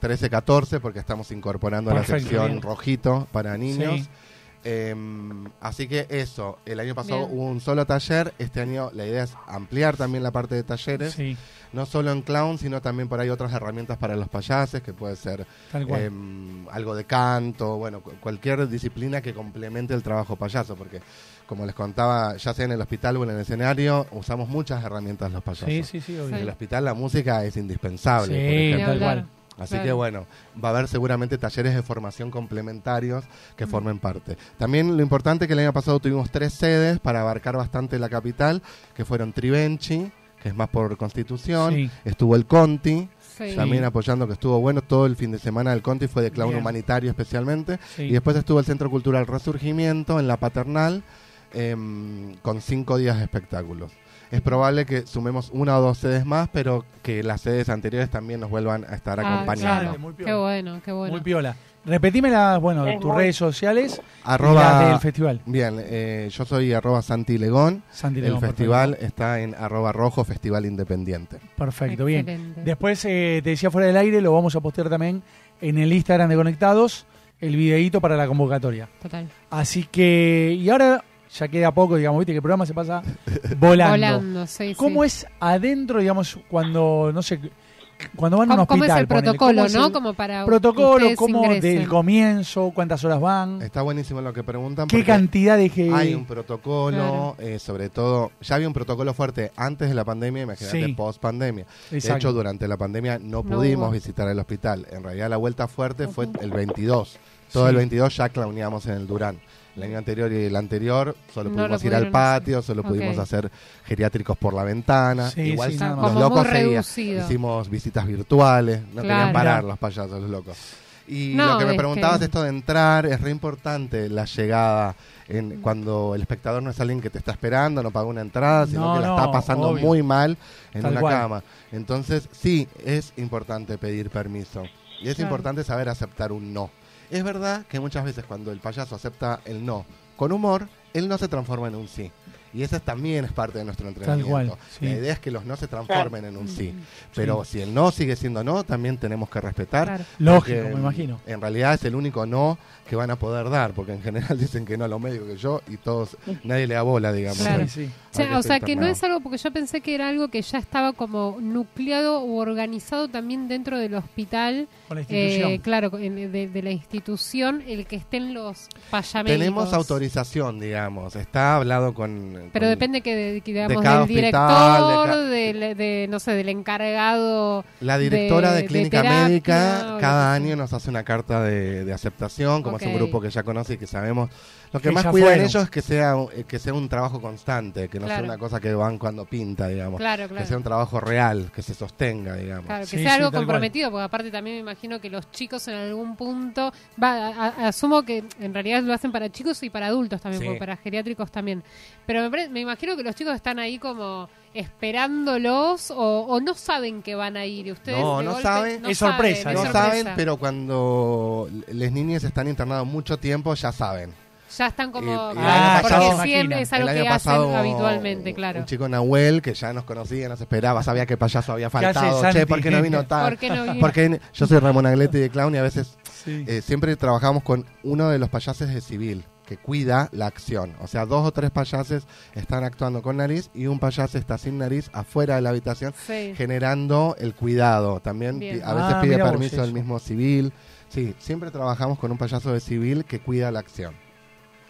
Speaker 9: 13, 14, porque estamos incorporando la
Speaker 2: Perfecto,
Speaker 9: sección
Speaker 2: bien.
Speaker 9: rojito para niños.
Speaker 2: Sí.
Speaker 9: Em, así que eso, el año pasado
Speaker 3: Bien.
Speaker 9: hubo un solo taller, este año la idea es ampliar también la parte de talleres,
Speaker 2: Sí,
Speaker 9: no solo en clown, sino también por ahí otras herramientas para los payases, que puede ser
Speaker 2: tal cual.
Speaker 9: em, algo de canto, bueno, cu- cualquier disciplina que complemente el trabajo payaso, porque como les contaba, ya sea en el hospital o en el escenario, usamos muchas herramientas los payasos.
Speaker 2: sí, sí, sí, obvio.
Speaker 9: En el hospital la música es indispensable. por
Speaker 2: Sí,
Speaker 9: ejemplo.
Speaker 3: Ni
Speaker 2: tal
Speaker 3: hablar.
Speaker 2: cual.
Speaker 9: Así
Speaker 3: Claro.
Speaker 9: que bueno, va a haber seguramente talleres de formación complementarios que
Speaker 2: Mm.
Speaker 9: formen parte. También lo importante es que el año pasado tuvimos tres sedes para abarcar bastante la capital, que fueron Trivenchi, que es más por constitución,
Speaker 2: Sí.
Speaker 9: estuvo el Conti,
Speaker 3: Sí.
Speaker 9: también apoyando que estuvo bueno todo el fin de semana del Conti fue de clown
Speaker 2: Bien.
Speaker 9: humanitario especialmente
Speaker 2: Sí.
Speaker 9: y después estuvo el Centro Cultural Resurgimiento en la Paternal em, con cinco días de espectáculos es probable que sumemos una o dos sedes más pero que las sedes anteriores también nos vuelvan a estar
Speaker 3: Ah,
Speaker 9: acompañando
Speaker 3: claro.
Speaker 2: Muy piola.
Speaker 3: Qué bueno, qué bueno.
Speaker 2: Muy piola. Repetime las, bueno,
Speaker 5: Es
Speaker 2: tus
Speaker 5: muy-
Speaker 2: redes sociales y las del
Speaker 9: arroba
Speaker 2: festival.
Speaker 9: bien eh, yo soy arroba Santi Legón
Speaker 2: Santi
Speaker 9: el
Speaker 2: León,
Speaker 9: festival está en arroba rojo festival independiente
Speaker 2: perfecto. Perfecto, bien.
Speaker 3: Excelente.
Speaker 2: Después, eh, te decía fuera del aire, lo vamos a postear también en el Instagram de Conectados, el videíto para la convocatoria.
Speaker 3: Total.
Speaker 2: Así que, y ahora ya queda poco, digamos, viste que el programa se pasa volando.
Speaker 3: Volando, sí,
Speaker 2: ¿Cómo
Speaker 3: sí.
Speaker 2: es adentro, digamos, cuando, no sé, cuando van a un
Speaker 3: ¿Cómo, cómo
Speaker 2: hospital?
Speaker 3: es el
Speaker 2: ponele,
Speaker 3: protocolo,
Speaker 2: ¿cómo es
Speaker 3: no?
Speaker 2: el
Speaker 3: Como para
Speaker 2: protocolo,
Speaker 3: ustedes
Speaker 2: cómo
Speaker 3: ingresen.
Speaker 2: del comienzo, cuántas horas van,
Speaker 9: está buenísimo lo que preguntan
Speaker 2: qué
Speaker 9: porque-
Speaker 2: cantidad de... E que-
Speaker 9: Hay un protocolo, eh, sobre todo, ya había un protocolo fuerte antes de la pandemia, imagínate
Speaker 2: Sí.
Speaker 9: post pandemia. De
Speaker 2: Exacto.
Speaker 9: hecho, durante la pandemia no,
Speaker 3: No
Speaker 9: pudimos
Speaker 3: hubo.
Speaker 9: visitar el hospital. En realidad la vuelta fuerte fue el 22. Todo el 22 ya clowneamos en el Durán. El año anterior y el anterior solo
Speaker 3: No
Speaker 9: pudimos
Speaker 3: lo
Speaker 9: ir al
Speaker 3: pudieron hacer.
Speaker 9: patio, solo pudimos
Speaker 3: Ok.
Speaker 9: hacer geriátricos por la ventana.
Speaker 2: Sí,
Speaker 9: Igual
Speaker 2: sí, nada
Speaker 9: los
Speaker 3: más. Como
Speaker 9: locos
Speaker 3: muy
Speaker 9: seguían.
Speaker 3: reducido.
Speaker 9: hicimos visitas virtuales, no
Speaker 3: Claro.
Speaker 9: querían parar los payasos, los locos. Y
Speaker 3: No,
Speaker 9: lo que me
Speaker 3: es
Speaker 9: preguntabas
Speaker 3: que-
Speaker 9: esto de entrar, es re importante la llegada en, cuando el espectador no es alguien que te está esperando, no paga una entrada, sino
Speaker 2: No,
Speaker 9: que la
Speaker 2: no,
Speaker 9: está pasando
Speaker 2: obvio.
Speaker 9: muy mal en
Speaker 2: Tal
Speaker 9: una
Speaker 2: cual.
Speaker 9: cama. Entonces, sí, es importante pedir permiso. Y es
Speaker 3: Claro.
Speaker 9: importante saber aceptar un no. Es verdad que muchas veces cuando el payaso acepta el no con humor, él no se transforma en un sí. Y esa también es parte de nuestro entrenamiento.
Speaker 2: cual, sí. Mm.
Speaker 9: La idea es que los no se transformen en un sí. Pero si el no sigue siendo no, también tenemos que respetar.
Speaker 3: Claro.
Speaker 2: Lógico,
Speaker 9: porque,
Speaker 2: me imagino.
Speaker 9: En realidad es el único no que van a poder dar, porque en general dicen que no a lo medio que yo y todos, nadie le da bola, digamos.
Speaker 3: Claro.
Speaker 9: Al-
Speaker 2: Sí, sí.
Speaker 3: O sea,
Speaker 9: al
Speaker 3: o sea, que no
Speaker 9: espectador.
Speaker 3: es algo, porque yo pensé que era algo que ya estaba como nucleado u organizado también dentro del hospital,
Speaker 2: Con la institución.
Speaker 3: eh, claro, en- de, de la institución, el que estén los payamédicos.
Speaker 9: Tenemos autorización, digamos. Está hablado con.
Speaker 3: Pero
Speaker 9: con-
Speaker 3: depende que, de- que digamos,
Speaker 9: cada
Speaker 3: del
Speaker 9: hospital, de
Speaker 3: director,
Speaker 9: ca-
Speaker 3: del- de, no sé, del encargado.
Speaker 9: La directora de,
Speaker 3: de
Speaker 9: clínica
Speaker 3: terapia
Speaker 9: médica
Speaker 3: o
Speaker 9: cada
Speaker 3: lo que
Speaker 9: año nos hace una carta de, de aceptación, como es
Speaker 3: Ok.
Speaker 9: un grupo que ya conoce y que sabemos. Lo que,
Speaker 2: Que
Speaker 9: más
Speaker 2: ya
Speaker 9: cuidan
Speaker 2: fueron.
Speaker 9: ellos es que sea, eh, que sea un trabajo constante, que no
Speaker 3: Claro.
Speaker 9: sea una cosa que van cuando pinta, digamos.
Speaker 3: Claro,
Speaker 9: Que sea un
Speaker 3: claro.
Speaker 9: trabajo real, que se sostenga, digamos.
Speaker 3: Claro, que
Speaker 2: Sí,
Speaker 3: sea
Speaker 2: sí,
Speaker 3: algo
Speaker 2: tal cual.
Speaker 3: comprometido, porque aparte también me imagino que los chicos en algún punto, va, a- a- asumo que en realidad lo hacen para chicos y para adultos también,
Speaker 9: Sí.
Speaker 3: porque para geriátricos también. Pero me, pare- me imagino que los chicos están ahí como esperándolos o, o no saben que van a ir. Y Ustedes
Speaker 9: No,
Speaker 3: de
Speaker 9: no
Speaker 3: golpe
Speaker 9: saben.
Speaker 2: Es sorpresa,
Speaker 3: saben,
Speaker 9: No
Speaker 3: es
Speaker 9: saben,
Speaker 3: sorpresa.
Speaker 9: pero cuando las niñas están internadas mucho tiempo, ya saben.
Speaker 3: Ya están como...
Speaker 9: Y- y el
Speaker 3: claro,
Speaker 2: año
Speaker 3: porque
Speaker 2: pasado-
Speaker 3: siempre es algo
Speaker 9: El
Speaker 3: que
Speaker 9: año
Speaker 3: hacen
Speaker 9: pasado,
Speaker 3: habitualmente, claro.
Speaker 9: Un chico Nahuel que ya nos conocía, nos esperaba, sabía que payaso había
Speaker 2: hace
Speaker 9: faltado. Che,
Speaker 2: Santi?
Speaker 9: ¿por qué no vino tal?
Speaker 3: ¿Por qué no vino?
Speaker 9: Porque yo soy Ramón Angletti de Clown y a veces
Speaker 2: Sí.
Speaker 9: eh, siempre trabajamos con uno de los payases de civil que cuida la acción. O sea, dos o tres payases están actuando con nariz y un payaso está sin nariz afuera de la habitación
Speaker 3: Sí.
Speaker 9: generando el cuidado. También
Speaker 3: Bien.
Speaker 9: pi- a veces
Speaker 2: Ah,
Speaker 9: pide
Speaker 2: mira vos
Speaker 9: permiso el
Speaker 2: eso.
Speaker 9: mismo civil. Sí, siempre trabajamos con un payaso de civil que cuida la acción.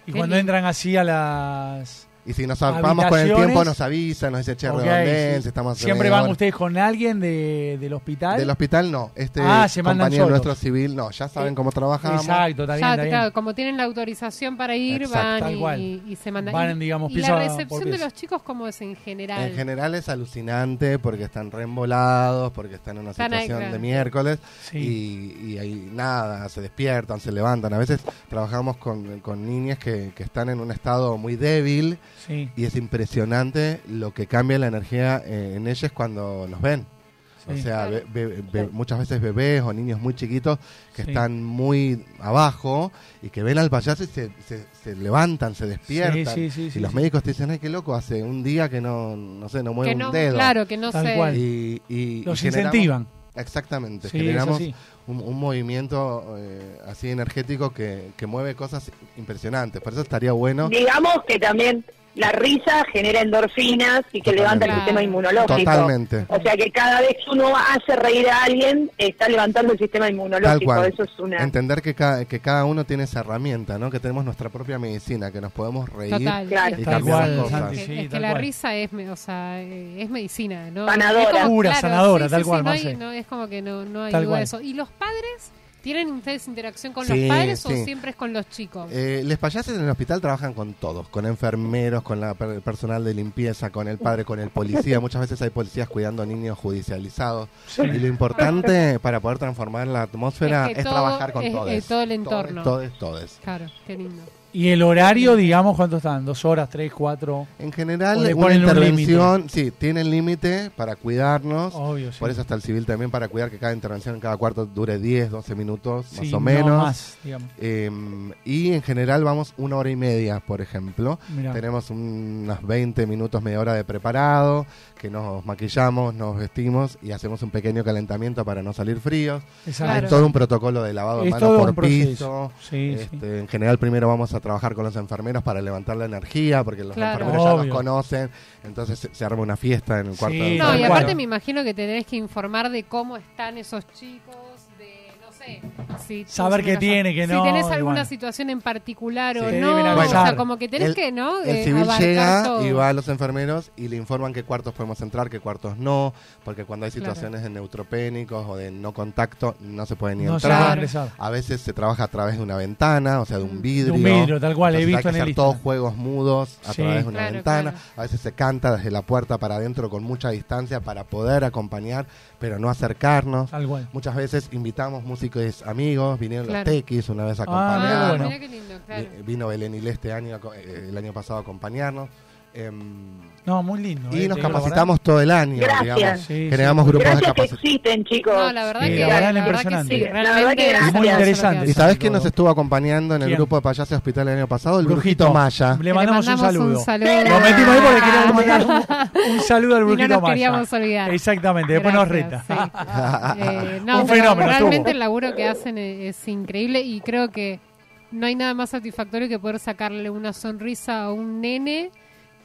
Speaker 2: y
Speaker 3: Qué
Speaker 2: cuando
Speaker 3: lindo.
Speaker 2: entran así a las...
Speaker 9: Y si nos vamos con el
Speaker 2: Habitaciones.
Speaker 9: tiempo, nos avisan, nos dice, che,
Speaker 2: Ok,
Speaker 9: redondense,
Speaker 2: sí.
Speaker 9: estamos
Speaker 2: Siempre
Speaker 9: media
Speaker 2: van
Speaker 9: hora".
Speaker 2: ustedes con alguien de, del hospital.
Speaker 9: Del hospital no, este
Speaker 2: Ah, se mandan
Speaker 9: compañero
Speaker 2: solos.
Speaker 9: nuestro civil, no, ya saben cómo trabajamos.
Speaker 2: Exacto, está bien,
Speaker 3: Ya,
Speaker 2: está bien.
Speaker 3: claro, como tienen la autorización para ir,
Speaker 9: Exacto.
Speaker 2: Tal
Speaker 3: van
Speaker 2: cual.
Speaker 3: y- y, y se mandan.
Speaker 2: Van, digamos,
Speaker 3: y
Speaker 2: pieza
Speaker 3: la
Speaker 2: por
Speaker 3: recepción de
Speaker 2: pieza.
Speaker 3: los chicos, ¿cómo es en general?
Speaker 9: En general es alucinante porque están reembolados, porque están en una
Speaker 3: Están ahí,
Speaker 9: situación
Speaker 3: claro.
Speaker 9: de miércoles
Speaker 2: Sí.
Speaker 9: y, y ahí nada, se despiertan, se levantan. A veces trabajamos con, con niñas que, que están en un estado muy débil
Speaker 2: sí.
Speaker 9: y es impresionante lo que cambia la energía eh, en ellas cuando nos ven. O
Speaker 2: Sí.
Speaker 9: sea,
Speaker 3: Claro.
Speaker 9: be- be- be- muchas veces bebés o niños muy chiquitos que
Speaker 2: Sí.
Speaker 9: están muy abajo y que ven al payaso y se, se- se levantan, se despiertan.
Speaker 2: Sí, sí, sí,
Speaker 9: y
Speaker 2: sí,
Speaker 9: los
Speaker 2: sí.
Speaker 9: médicos te dicen, ay, qué loco, hace un día que no, no sé, no mueve
Speaker 3: que no,
Speaker 9: un dedo.
Speaker 3: Claro, que no
Speaker 2: Tal
Speaker 3: sé.
Speaker 2: cual.
Speaker 9: Y, y-
Speaker 2: Los
Speaker 9: y generamos-
Speaker 2: incentivan.
Speaker 9: Exactamente,
Speaker 2: Sí, es
Speaker 9: generamos
Speaker 2: así.
Speaker 9: un, un movimiento eh, así energético que, que mueve cosas impresionantes. Por eso estaría bueno
Speaker 5: Digamos que también la risa genera endorfinas y que levanta el
Speaker 3: Totalmente.
Speaker 5: sistema inmunológico.
Speaker 9: totalmente.
Speaker 5: O sea que cada vez que uno hace reír a alguien, está levantando el sistema
Speaker 9: Tal
Speaker 5: inmunológico.
Speaker 9: cual.
Speaker 5: Eso es una...
Speaker 9: Entender que cada, que cada uno tiene esa herramienta, ¿no? Que tenemos nuestra propia medicina, que nos podemos reír.
Speaker 3: Total.
Speaker 5: Claro.
Speaker 3: Es,
Speaker 9: Y
Speaker 3: que-
Speaker 2: Tal
Speaker 9: cambiar
Speaker 2: cual,
Speaker 9: las cosas.
Speaker 2: Santi,
Speaker 3: es
Speaker 2: sí,
Speaker 3: que
Speaker 2: tal
Speaker 3: la
Speaker 2: cual.
Speaker 3: risa es, me- o sea, eh, es medicina, ¿no?
Speaker 5: Sanadora.
Speaker 3: Es como-
Speaker 2: Pura, sanadora, tal cual,
Speaker 3: no hay-
Speaker 2: Marce.
Speaker 3: no, es como que no, no hay
Speaker 2: Tal
Speaker 3: duda
Speaker 2: cual.
Speaker 3: de eso. ¿Y los padres? ¿Tienen ustedes interacción con
Speaker 9: Sí,
Speaker 3: los padres
Speaker 9: sí.
Speaker 3: o siempre es con los chicos?
Speaker 9: Eh, les payases en el hospital trabajan con todos, con enfermeros, con la per- personal de limpieza, con el padre, con el policía. Muchas veces hay policías cuidando niños judicializados. Y lo importante para poder transformar la atmósfera
Speaker 3: Es
Speaker 9: es,
Speaker 3: que todo-
Speaker 9: trabajar con
Speaker 3: es-
Speaker 9: todos.
Speaker 3: es todo el entorno.
Speaker 9: Todes, todes.
Speaker 3: Claro, qué lindo.
Speaker 2: Y el horario, digamos, ¿cuánto están? ¿Dos horas, tres, cuatro?
Speaker 9: En
Speaker 2: O le
Speaker 9: general, una
Speaker 2: ponen un
Speaker 9: intervención, sí, tienen límite para cuidarnos.
Speaker 2: Obvio, sí.
Speaker 9: Por eso está el civil también, para cuidar que cada intervención en cada cuarto dure 10, 12 minutos,
Speaker 2: Sí,
Speaker 9: más o
Speaker 2: no
Speaker 9: menos.
Speaker 2: más, digamos.
Speaker 9: Eh, y en general vamos una hora y media, por ejemplo.
Speaker 2: Mirá.
Speaker 9: Tenemos unas 20 minutos, media hora de preparado, que nos maquillamos, nos vestimos y hacemos un pequeño calentamiento para no salir fríos.
Speaker 2: Exacto.
Speaker 9: Hay todo un protocolo de lavado de
Speaker 2: Es
Speaker 9: manos
Speaker 2: todo
Speaker 9: por
Speaker 2: un proceso.
Speaker 9: piso.
Speaker 2: Sí, sí.
Speaker 9: Este, En general primero vamos a trabajar con los enfermeros para levantar la energía, porque los
Speaker 3: Claro.
Speaker 9: enfermeros ya
Speaker 2: Obvio.
Speaker 9: nos conocen. Entonces se, se arma una fiesta en el cuarto. de
Speaker 3: No,
Speaker 2: Sí, tal
Speaker 3: y
Speaker 9: enfermeros.
Speaker 2: cual.
Speaker 3: aparte me imagino que te tenés que informar de cómo están esos chicos, de, no sé, Sí,
Speaker 2: Saber
Speaker 3: sí,
Speaker 2: qué
Speaker 3: sí,
Speaker 2: tiene, qué no,
Speaker 3: Si tenés
Speaker 2: y
Speaker 3: alguna
Speaker 2: bueno.
Speaker 3: situación en particular o
Speaker 2: Sí. Te
Speaker 3: no,
Speaker 2: deben
Speaker 3: o sea,
Speaker 9: avisar.
Speaker 3: como que tenés
Speaker 9: el,
Speaker 3: que, ¿no?
Speaker 9: El
Speaker 3: Eh,
Speaker 9: civil
Speaker 3: abarcar
Speaker 9: llega
Speaker 3: todo.
Speaker 9: y va a los enfermeros y le informan qué cuartos podemos entrar, qué cuartos no, porque cuando hay
Speaker 3: Claro.
Speaker 9: situaciones de neutropénicos o de no contacto no se puede ni
Speaker 2: No se
Speaker 9: entrar.
Speaker 2: puede ingresar.
Speaker 9: A veces se trabaja a través de una ventana, o sea, de
Speaker 3: Mm.
Speaker 9: un vidrio.
Speaker 2: vidrio, tal cual, he
Speaker 9: Entonces
Speaker 2: visto
Speaker 9: hay que
Speaker 2: en el
Speaker 9: hacer todos
Speaker 2: Instagram.
Speaker 9: juegos mudos a
Speaker 2: Sí.
Speaker 9: través de una
Speaker 3: Claro,
Speaker 9: ventana.
Speaker 3: claro.
Speaker 9: A veces se canta desde la puerta para adentro con mucha distancia para poder acompañar, pero no acercarnos.
Speaker 2: Tal cual.
Speaker 9: Muchas veces invitamos músicos amigos, vinieron
Speaker 3: Claro.
Speaker 9: los tequis una vez a
Speaker 2: Ah,
Speaker 9: acompañarnos.
Speaker 3: Ah,
Speaker 2: bueno.
Speaker 3: mirá qué lindo, claro.
Speaker 9: Vi- Vino Belén y este año, a co- eh, el año pasado a acompañarnos. em,
Speaker 2: No, muy lindo. eh,
Speaker 9: y nos
Speaker 2: te digo la
Speaker 9: capacitamos todo el año,
Speaker 5: Gracias.
Speaker 9: digamos.
Speaker 2: Sí,
Speaker 9: Creamos
Speaker 2: sí.
Speaker 9: grupos de
Speaker 5: Gracias que
Speaker 9: capacitación.
Speaker 5: existen, chicos.
Speaker 3: No, la verdad
Speaker 2: Sí,
Speaker 3: que,
Speaker 2: la verdad
Speaker 3: la
Speaker 2: es
Speaker 3: verdad
Speaker 2: impresionante.
Speaker 3: que sí,
Speaker 2: La
Speaker 5: verdad
Speaker 3: realmente
Speaker 5: que
Speaker 3: gracias.
Speaker 5: muy
Speaker 3: Eso es lo que
Speaker 2: interesante.
Speaker 9: ¿Y
Speaker 3: hace.
Speaker 2: Esa-
Speaker 9: sabés quién
Speaker 2: Todo.
Speaker 9: nos estuvo acompañando en el
Speaker 2: ¿Quién?
Speaker 9: grupo de Payaso Hospital el año pasado? El Brujito, Maya.
Speaker 2: Le mandamos un
Speaker 3: mandamos
Speaker 2: saludo.
Speaker 3: un saludo.
Speaker 2: Lo metimos ahí porque queríamos mandar un, un saludo
Speaker 3: Y
Speaker 2: al
Speaker 3: no
Speaker 2: brujito
Speaker 3: nos
Speaker 2: Maya.
Speaker 3: queríamos olvidar.
Speaker 2: Exactamente, después nos
Speaker 3: Gracias,
Speaker 2: reta.
Speaker 3: sí. Eh, no,
Speaker 2: Un
Speaker 3: pero
Speaker 2: fenómeno,
Speaker 3: Realmente
Speaker 2: estuvo.
Speaker 3: el laburo que hacen e-, es, es increíble y creo que no hay nada más satisfactorio que poder sacarle una sonrisa a un nene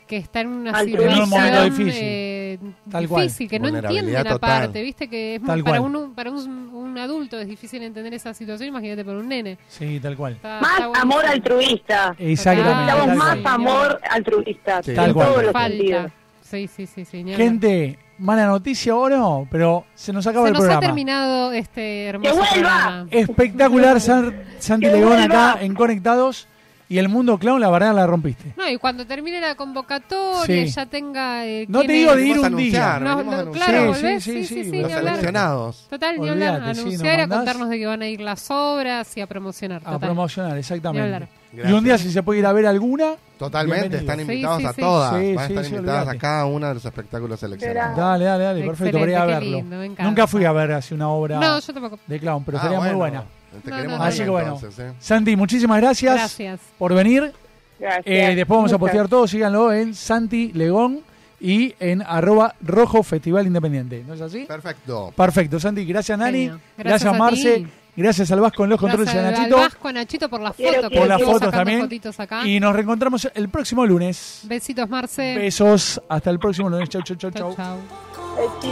Speaker 3: que está en una
Speaker 5: Altruista.
Speaker 3: situación
Speaker 5: En un
Speaker 2: momento difícil.
Speaker 3: eh,
Speaker 2: Tal cual.
Speaker 3: difícil, que no entienden
Speaker 9: Vulnerabilidad
Speaker 3: aparte,
Speaker 9: total.
Speaker 3: viste que es muy-
Speaker 2: Tal
Speaker 3: para,
Speaker 2: cual.
Speaker 3: un, para un, un adulto es difícil entender esa situación, imagínate para un nene.
Speaker 2: Sí, tal cual.
Speaker 3: Está-
Speaker 5: Más
Speaker 3: está buenísimo.
Speaker 5: amor altruista.
Speaker 2: Exactamente.
Speaker 3: Necesitamos
Speaker 2: tal
Speaker 5: Necesitamos
Speaker 2: cual.
Speaker 5: más
Speaker 3: cual.
Speaker 5: amor altruista.
Speaker 9: Sí.
Speaker 5: En
Speaker 2: Tal cual.
Speaker 5: todos los sentidos.
Speaker 3: Falta. Sí, sí, sí, sí. ni hablar.
Speaker 2: Gente, mala noticia o no, pero se nos acaba
Speaker 3: Se
Speaker 2: el
Speaker 3: nos ha
Speaker 2: programa.
Speaker 3: terminado este hermoso
Speaker 5: ¡Que vuelva!
Speaker 3: programa.
Speaker 2: Espectacular San- Santi
Speaker 5: ¡Que
Speaker 2: Legón
Speaker 5: vuelva!
Speaker 2: acá en Conectados y el mundo clown, la verdad la rompiste.
Speaker 3: No, y cuando termine la convocatoria,
Speaker 2: Sí.
Speaker 3: ya tenga. eh,
Speaker 2: No
Speaker 3: quién
Speaker 2: te digo
Speaker 3: es.
Speaker 2: de ir
Speaker 9: Venimos a
Speaker 2: un día.
Speaker 9: anunciar,
Speaker 3: No,
Speaker 9: venimos a
Speaker 3: no,
Speaker 9: anunciar.
Speaker 3: claro,
Speaker 2: Sí,
Speaker 3: volvés,
Speaker 2: sí,
Speaker 3: sí, sí,
Speaker 2: sí,
Speaker 3: sí,
Speaker 2: sí,
Speaker 3: ni
Speaker 9: Los
Speaker 3: hablar.
Speaker 9: seleccionados.
Speaker 3: Total, ni
Speaker 2: Olvídate,
Speaker 3: hablar.
Speaker 2: sí,
Speaker 3: Anunciar,
Speaker 2: nos
Speaker 3: a
Speaker 2: mandás.
Speaker 3: contarnos de que van a ir las obras y a promocionar.
Speaker 2: A
Speaker 3: Total.
Speaker 2: promocionar, exactamente.
Speaker 3: hablar.
Speaker 2: Y un día si se puede ir a ver alguna,
Speaker 9: Totalmente,
Speaker 2: Bienvenido.
Speaker 9: están
Speaker 3: Sí,
Speaker 9: invitados
Speaker 3: sí,
Speaker 9: a
Speaker 3: sí.
Speaker 9: todas.
Speaker 2: Sí,
Speaker 9: Van a
Speaker 2: sí,
Speaker 9: estar
Speaker 2: sí,
Speaker 9: invitadas a
Speaker 2: olvídate.
Speaker 9: cada uno de los espectáculos seleccionados.
Speaker 2: dale, dale, dale, perfecto, para ir a
Speaker 3: Excelente, qué
Speaker 2: verlo.
Speaker 3: lindo, me encanta.
Speaker 2: Nunca fui a ver así una obra
Speaker 3: No, yo tampoco.
Speaker 2: de clown, pero
Speaker 9: Ah,
Speaker 2: sería muy
Speaker 9: bueno.
Speaker 2: buena.
Speaker 9: Te
Speaker 3: No,
Speaker 9: queremos
Speaker 3: no,
Speaker 9: ahí
Speaker 2: Así que bueno.
Speaker 9: entonces, ¿eh?
Speaker 2: Santi, muchísimas gracias,
Speaker 3: Gracias.
Speaker 2: por venir.
Speaker 5: Gracias.
Speaker 2: Eh, después vamos a
Speaker 5: Muchas.
Speaker 2: postear todo, síganlo en Santi Legón y en arroba rojo festival independiente. ¿No es así?
Speaker 9: Perfecto.
Speaker 2: Perfecto, Santi. Gracias, Nani.
Speaker 3: Genio.
Speaker 2: Gracias,
Speaker 3: Gracias a
Speaker 2: Marce.
Speaker 3: ti.
Speaker 2: Gracias al Vasco en los controles
Speaker 3: Gracias
Speaker 2: a
Speaker 3: al-
Speaker 2: Nachito.
Speaker 3: Al Vasco, a Nachito por las
Speaker 5: Quiero,
Speaker 3: fotos. que
Speaker 5: quiero,
Speaker 2: Por las
Speaker 3: estuvimos
Speaker 5: quiero.
Speaker 2: fotos
Speaker 3: sacando
Speaker 2: también.
Speaker 3: fotitos acá.
Speaker 2: Y nos reencontramos el próximo lunes.
Speaker 3: Besitos, Marce.
Speaker 2: Besos. Hasta el próximo lunes. Chau, chau, chau,
Speaker 3: Chau,
Speaker 2: chau.
Speaker 3: chau.
Speaker 5: Aquí.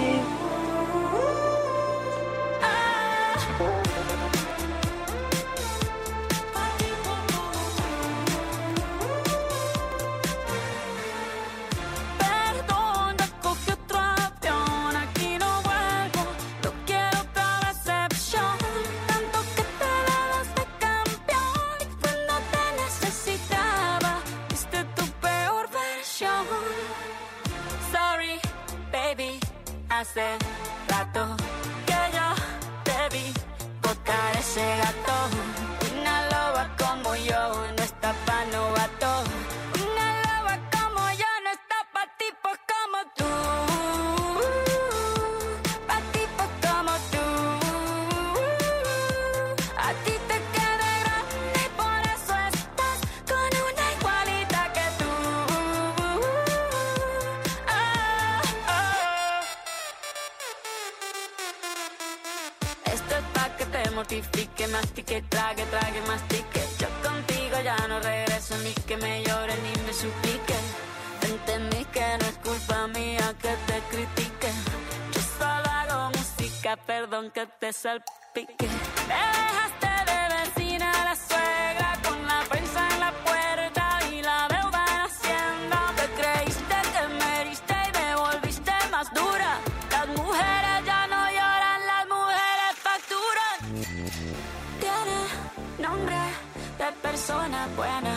Speaker 10: Perdona, cogí otro avión, aquí no vuelvo. No quiero otra decepción. Tanto que te dabas de campeón. Y cuando te necesitaba, viste tu peor versión. Sorry, baby, hace rato que yo te vi botar ese gato. Una loba como yo no está pa' novato. Una loba como yo no está pa' tipos como tú. Pa' tipos como tú. A ti te queda grande y por eso estás con una igualita que tú. Ah, ah. Esto es pa' que te mortifique, mastique, trague, trague, mastique. Yo contigo ya no regreso ni que me llore ni me suplique. Entendí que no es culpa mía que te critique. Yo solo hago música, perdón que te salpique. Te dejaste de vecina a la suegra con la prensa en la puerta y la deuda en hacienda. Te creíste que me heriste y me volviste más dura. Las mujeres ya no lloran, las mujeres facturan. Tiene nombre de persona buena.